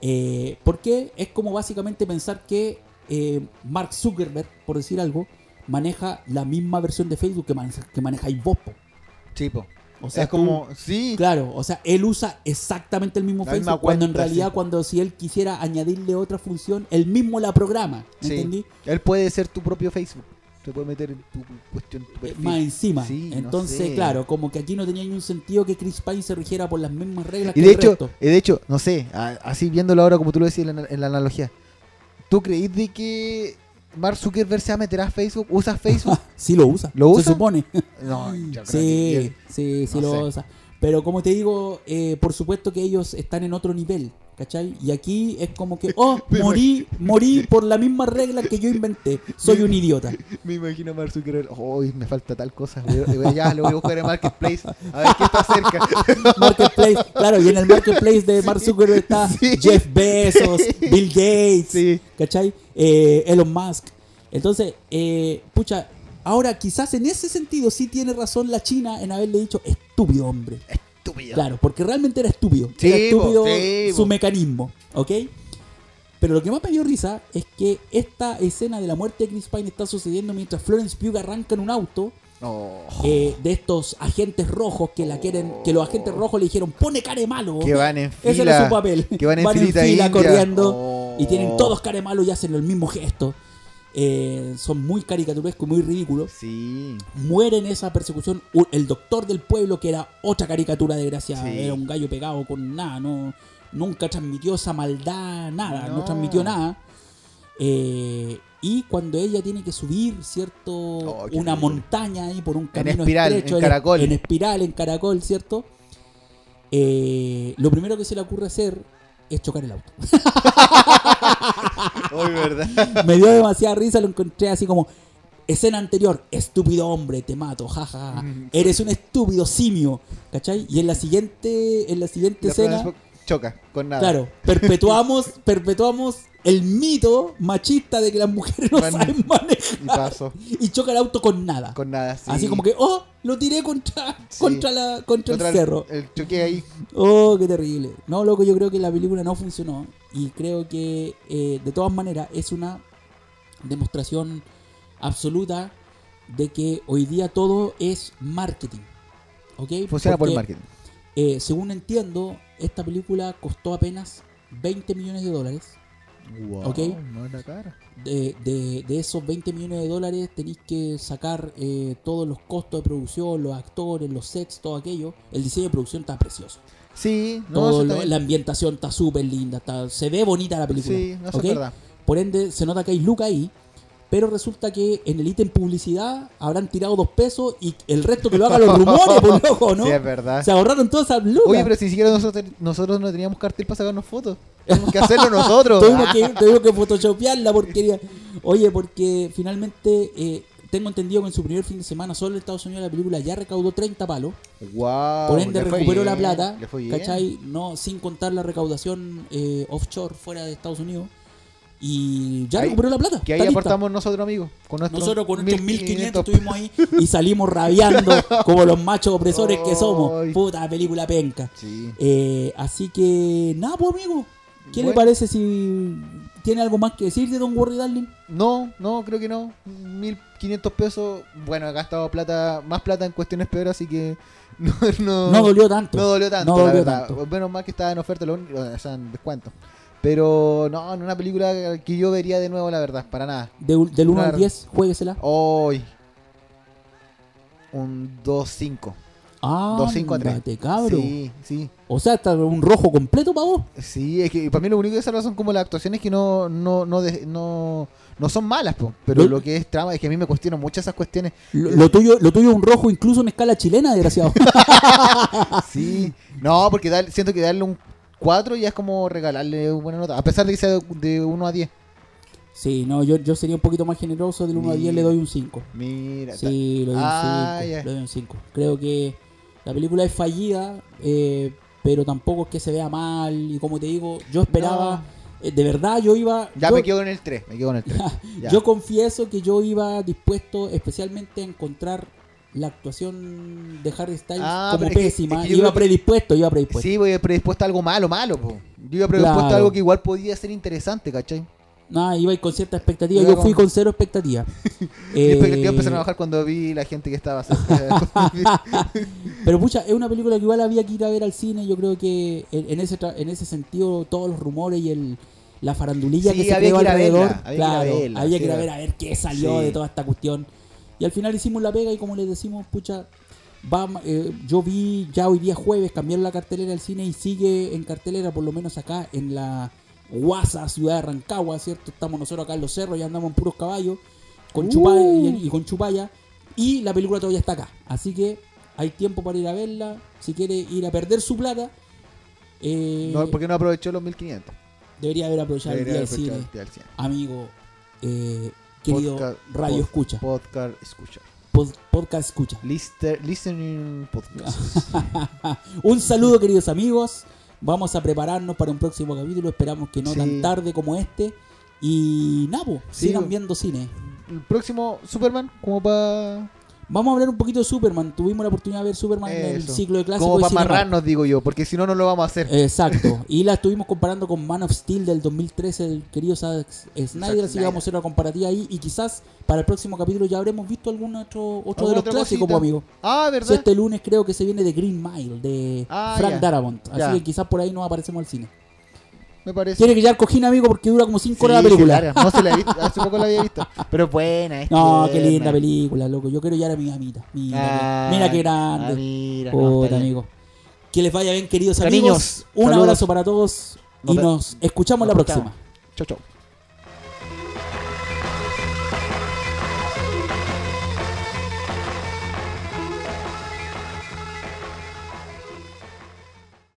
Speaker 1: Eh, porque es como básicamente pensar que eh, Mark Zuckerberg, por decir algo, maneja la misma versión de Facebook que, maneja, que manejáis vos. po.
Speaker 2: Sí, po.
Speaker 1: O sea,
Speaker 2: es
Speaker 1: tú-
Speaker 2: como, sí,
Speaker 1: Claro, o sea, él usa exactamente el mismo
Speaker 2: La
Speaker 1: Facebook
Speaker 2: misma
Speaker 1: cuando en
Speaker 2: cuenta,
Speaker 1: realidad
Speaker 2: sí.
Speaker 1: cuando si él quisiera añadirle otra función, él mismo la programa,
Speaker 2: sí.
Speaker 1: ¿entendí?
Speaker 2: Él puede ser tu propio Facebook. Te puede meter en tu cuestión, tu
Speaker 1: Eh,
Speaker 2: perfil.
Speaker 1: más encima.
Speaker 2: Pues Sí, no
Speaker 1: Entonces,
Speaker 2: sé.
Speaker 1: claro, como que aquí no tenía ningún sentido que Chris Pine se rigiera por las mismas reglas
Speaker 2: Y
Speaker 1: que
Speaker 2: de
Speaker 1: el
Speaker 2: hecho,
Speaker 1: resto.
Speaker 2: y de hecho, no sé, a- así viéndolo ahora como tú lo decías en la, en la analogía, ¿tú creís de que Mark Zuckerberg se va a meter a Facebook? ¿Usas Facebook?
Speaker 1: Sí lo usa.
Speaker 2: ¿Lo
Speaker 1: Se
Speaker 2: usa?
Speaker 1: supone.
Speaker 2: no, yo creo que
Speaker 1: sí,
Speaker 2: bien.
Speaker 1: sí,
Speaker 2: No
Speaker 1: sí lo
Speaker 2: sé.
Speaker 1: usa. Pero como te digo, eh, por supuesto que ellos están en otro nivel, ¿cachai? Y aquí es como que, oh,
Speaker 2: Me
Speaker 1: morí, morí por la misma regla que yo inventé. Soy un idiota.
Speaker 2: Me imagino a Mark Zuckerberg, hoy me falta tal cosa, voy- voy- ya lo voy a buscar en Marketplace, a ver qué está cerca.
Speaker 1: Marketplace, claro, y en el marketplace de Mark Zuckerberg está
Speaker 2: sí.
Speaker 1: Jeff Bezos, Bill Gates,
Speaker 2: Sí.
Speaker 1: ¿cachai? Eh, Elon Musk. Entonces, eh, pucha, ahora quizás en ese sentido sí tiene razón la China en haberle dicho estúpido hombre.
Speaker 2: Estúpido.
Speaker 1: Claro, porque realmente era estúpido.
Speaker 2: Sí,
Speaker 1: era estúpido
Speaker 2: po, sí,
Speaker 1: su
Speaker 2: po.
Speaker 1: mecanismo, ¿ok? Pero lo que más me dio risa es que esta escena de la muerte de Chris Pine está sucediendo mientras Florence Pugh arranca en un auto
Speaker 2: No,
Speaker 1: eh, de estos agentes rojos que la quieren, que los agentes rojos le dijeron, pone care malo.
Speaker 2: que van en fila.
Speaker 1: Oh, Ese era su papel.
Speaker 2: Que van en filita india.
Speaker 1: corriendo
Speaker 2: Oh.
Speaker 1: y tienen todos care malo y hacen el mismo gesto. Eh, son muy caricaturescos, muy ridículos.
Speaker 2: Sí.
Speaker 1: Muere en esa persecución u- el doctor del pueblo, que era otra caricatura de gracia.
Speaker 2: Sí.
Speaker 1: Era un gallo pegado con nada, no, nunca transmitió esa maldad, nada, no,
Speaker 2: No.
Speaker 1: transmitió nada. Eh, y cuando ella tiene que subir, ¿cierto?
Speaker 2: Oh, qué
Speaker 1: una
Speaker 2: ridículo.
Speaker 1: montaña ahí por un camino
Speaker 2: espiral, en
Speaker 1: estrecho,
Speaker 2: caracol.
Speaker 1: En espiral, en caracol, ¿cierto? Eh, lo primero que se le ocurre hacer es chocar el auto.
Speaker 2: Hoy, ¿verdad?
Speaker 1: Me dio demasiada risa, lo encontré así como escena anterior, estúpido hombre, te mato, jaja,
Speaker 2: Mm.
Speaker 1: eres un estúpido simio, ¿cachai? Y en la siguiente, en la siguiente
Speaker 2: La
Speaker 1: escena,
Speaker 2: Florence Pugh choca con nada.
Speaker 1: claro, perpetuamos, perpetuamos el mito machista de que las mujeres no
Speaker 2: Van-
Speaker 1: saben manejar
Speaker 2: Y paso.
Speaker 1: y choca el auto con nada.
Speaker 2: Con nada. sí.
Speaker 1: Así como que, oh, lo tiré contra,
Speaker 2: Sí.
Speaker 1: contra la, contra
Speaker 2: Otra-
Speaker 1: el cerro.
Speaker 2: El choque ahí.
Speaker 1: Oh, qué terrible. No, loco, yo creo que la película no funcionó. Y creo que, eh, de todas maneras, es una demostración absoluta de que hoy día todo es marketing. ¿Ok?
Speaker 2: Funciona por el
Speaker 1: Porque,
Speaker 2: marketing.
Speaker 1: eh, según entiendo, esta película costó apenas 20 millones de dólares.
Speaker 2: Wow,
Speaker 1: Ok.
Speaker 2: no es la cara.
Speaker 1: De, de- de esos 20 millones de dólares tenéis que sacar eh, todos los costos de producción, los actores, los sets, todo aquello. El diseño de producción está precioso.
Speaker 2: Sí, no,
Speaker 1: Todo
Speaker 2: eso está
Speaker 1: lo-
Speaker 2: bien.
Speaker 1: la ambientación está súper linda, está- se ve bonita la película.
Speaker 2: Sí, no eso
Speaker 1: ¿ok?
Speaker 2: es verdad.
Speaker 1: Por ende, se nota que hay Luca ahí, pero resulta que en el ítem publicidad habrán tirado dos pesos y el resto que lo hagan los rumores, por loco, ¿no?
Speaker 2: Sí, es verdad.
Speaker 1: se ahorraron todas esas lucas.
Speaker 2: Oye, pero si siquiera nosotros, nosotros no teníamos cartel para sacarnos fotos. Tenemos que hacerlo nosotros. Ah,
Speaker 1: Tuvimos que, tuvimos que photoshopear la porquería. Oye, porque finalmente eh, tengo entendido que en su primer fin de semana solo en Estados Unidos la película ya recaudó 30 palos.
Speaker 2: Wow.
Speaker 1: por ende
Speaker 2: le fue
Speaker 1: recuperó la
Speaker 2: bien,
Speaker 1: plata,
Speaker 2: le fue bien.
Speaker 1: ¿cachai? No, sin contar la recaudación eh, offshore fuera de Estados Unidos. Y ya
Speaker 2: Ahí-
Speaker 1: recuperó la plata.
Speaker 2: Que ahí
Speaker 1: está lista.
Speaker 2: aportamos nosotros, amigos. Con nuestros
Speaker 1: Nosotros con nuestros 1500
Speaker 2: 1500
Speaker 1: estuvimos ahí y salimos rabiando como los machos opresores que somos.
Speaker 2: Ay.
Speaker 1: Puta película penca.
Speaker 2: Sí.
Speaker 1: Eh, así que, nada, pues amigo. ¿Qué le
Speaker 2: Bueno.
Speaker 1: parece si ¿Tiene algo más que decir de Don Worry Darling?
Speaker 2: No, no, creo que no. 1500 pesos. Bueno, he gastado plata, más plata en cuestiones peores, así que no, no,
Speaker 1: No dolió tanto.
Speaker 2: no dolió tanto.
Speaker 1: No
Speaker 2: la
Speaker 1: dolió
Speaker 2: verdad.
Speaker 1: tanto.
Speaker 2: Menos mal que estaba en oferta, lo único- o sea, en descuento. Pero no, en una película que yo vería de nuevo, la verdad, para nada.
Speaker 1: De un- del 1
Speaker 2: Claro.
Speaker 1: al 10, juéguesela.
Speaker 2: Hoy. Un 2-5.
Speaker 1: Ah,
Speaker 2: Dos, cinco, tres.
Speaker 1: ándate, cabro.
Speaker 2: Sí, sí.
Speaker 1: O sea, está un rojo completo para vos.
Speaker 2: Sí, es que para mí lo único que salva son como las actuaciones que no no no de- no, no son malas, po. pero
Speaker 1: Lo-
Speaker 2: lo que es trama es que a mí me cuestiono muchas esas cuestiones.
Speaker 1: Lo, lo tuyo, lo tuyo es un rojo incluso en escala chilena, desgraciado. Ah.
Speaker 2: Sí, no, porque dar- siento que darle un 4 ya es como regalarle una buena nota, a pesar de que sea de, de 1 a 10.
Speaker 1: sí, no, yo, yo sería un poquito más generoso. Del 1 al 10 le doy un 5.
Speaker 2: Mira,
Speaker 1: Sí, le doy
Speaker 2: Ah,
Speaker 1: un 5.
Speaker 2: ya.
Speaker 1: Le doy un 5. Creo que la película es fallida, eh, pero tampoco es que se vea mal. Y como te digo, yo esperaba. eh, de verdad, yo iba.
Speaker 2: ta- ya
Speaker 1: yo-
Speaker 2: me quedo con el 3, me quedo con el 3. ya.
Speaker 1: Yo confieso que yo iba dispuesto especialmente a encontrar la actuación de Harry Styles
Speaker 2: Ah,
Speaker 1: como
Speaker 2: pero es que-
Speaker 1: pésima.
Speaker 2: es que yo
Speaker 1: iba
Speaker 2: creo que-
Speaker 1: predispuesto, iba predispuesto.
Speaker 2: Sí, voy predispuesto a algo malo, malo, po. Yo iba predispuesto
Speaker 1: Claro.
Speaker 2: a algo que igual podía ser interesante, ¿cachai?
Speaker 1: No, iba con cierta expectativa.
Speaker 2: Iba
Speaker 1: Yo fui
Speaker 2: con-
Speaker 1: con cero expectativa.
Speaker 2: Y
Speaker 1: Eh,
Speaker 2: después que empezaron a bajar cuando vi la gente que estaba cerca.
Speaker 1: Pero pucha, es una película que igual había que ir a ver al cine. Yo creo que en, en ese, tra- en ese sentido todos los rumores y el, la farandulilla
Speaker 2: Sí,
Speaker 1: que se
Speaker 2: había
Speaker 1: creó
Speaker 2: que ir a verla,
Speaker 1: alrededor.
Speaker 2: había que ir a
Speaker 1: claro,
Speaker 2: verla,
Speaker 1: había
Speaker 2: sí,
Speaker 1: que ir a
Speaker 2: era-
Speaker 1: ver a ver qué salió
Speaker 2: Sí.
Speaker 1: de toda esta cuestión. Y al final hicimos la pega y como les decimos, pucha, va, eh, yo vi ya hoy día jueves cambiar la cartelera del cine y sigue en cartelera, por lo menos acá en la Guasa, ciudad de Rancagua, ¿cierto? Estamos nosotros acá en los cerros y andamos en puros caballos con
Speaker 2: Uh.
Speaker 1: Chupaya y, y con Chupaya. Y la película todavía está acá. Así que hay tiempo para ir a verla. Si quiere ir a perder su plata, eh,
Speaker 2: no, porque no aprovechó los 1500.
Speaker 1: debería haber aprovechado
Speaker 2: Debería
Speaker 1: el día del
Speaker 2: aprovechar
Speaker 1: cine.
Speaker 2: el día del cine.
Speaker 1: Amigo, eh, querido
Speaker 2: Podcast-
Speaker 1: Radio
Speaker 2: pod-
Speaker 1: Escucha,
Speaker 2: Podcast escucha.
Speaker 1: pod- Podcast Escucha.
Speaker 2: Lister- listening podcast.
Speaker 1: Un saludo, queridos amigos. Vamos a prepararnos para un próximo capítulo. Esperamos que no
Speaker 2: Sí.
Speaker 1: tan tarde como este. Y Napo,
Speaker 2: Sí. pues.
Speaker 1: sigan viendo cine.
Speaker 2: El próximo Superman, como para
Speaker 1: Vamos a hablar un poquito de Superman. Tuvimos la oportunidad de ver Superman en el
Speaker 2: Eso.
Speaker 1: ciclo de Eh, clásicos.
Speaker 2: como
Speaker 1: y
Speaker 2: para
Speaker 1: Cinemark.
Speaker 2: amarrarnos, digo yo, porque si no, no lo vamos a hacer.
Speaker 1: Exacto. Y la estuvimos comparando con Man of Steel del 2013, del querido Zack Snyder.
Speaker 2: Snyder.
Speaker 1: Así que vamos a hacer una comparativa ahí. Y quizás para el próximo capítulo ya habremos visto algún otro, otro de
Speaker 2: ¿Alguna
Speaker 1: los
Speaker 2: otra
Speaker 1: clásicos,
Speaker 2: cosita?
Speaker 1: pues, amigo.
Speaker 2: Ah,
Speaker 1: Si
Speaker 2: ¿verdad?
Speaker 1: este lunes creo que se viene de Green Mile, de
Speaker 2: Ah,
Speaker 1: Frank
Speaker 2: ya.
Speaker 1: Darabont. Así
Speaker 2: Ya.
Speaker 1: que quizás por ahí nos aparecemos al cine.
Speaker 2: Me parece.
Speaker 1: Tiene que llevar cojín, amigo, porque dura como 5
Speaker 2: Sí,
Speaker 1: horas la película.
Speaker 2: larga. No se la he visto, hace poco la había visto. Pero es buena, es
Speaker 1: No, qué
Speaker 2: tierna.
Speaker 1: linda película, loco. Yo quiero llevar a mi amita. Mira,
Speaker 2: Ah,
Speaker 1: mira qué
Speaker 2: ah,
Speaker 1: grande.
Speaker 2: mira, no,
Speaker 1: Puta,
Speaker 2: está bien.
Speaker 1: amigo. Que les vaya bien, queridos
Speaker 2: Cariños,
Speaker 1: amigos. Un
Speaker 2: saludos.
Speaker 1: abrazo para todos.
Speaker 2: Nos
Speaker 1: y
Speaker 2: ve-
Speaker 1: nos escuchamos
Speaker 2: nos
Speaker 1: la
Speaker 2: escuchamos.
Speaker 1: próxima.
Speaker 2: Chau, chau.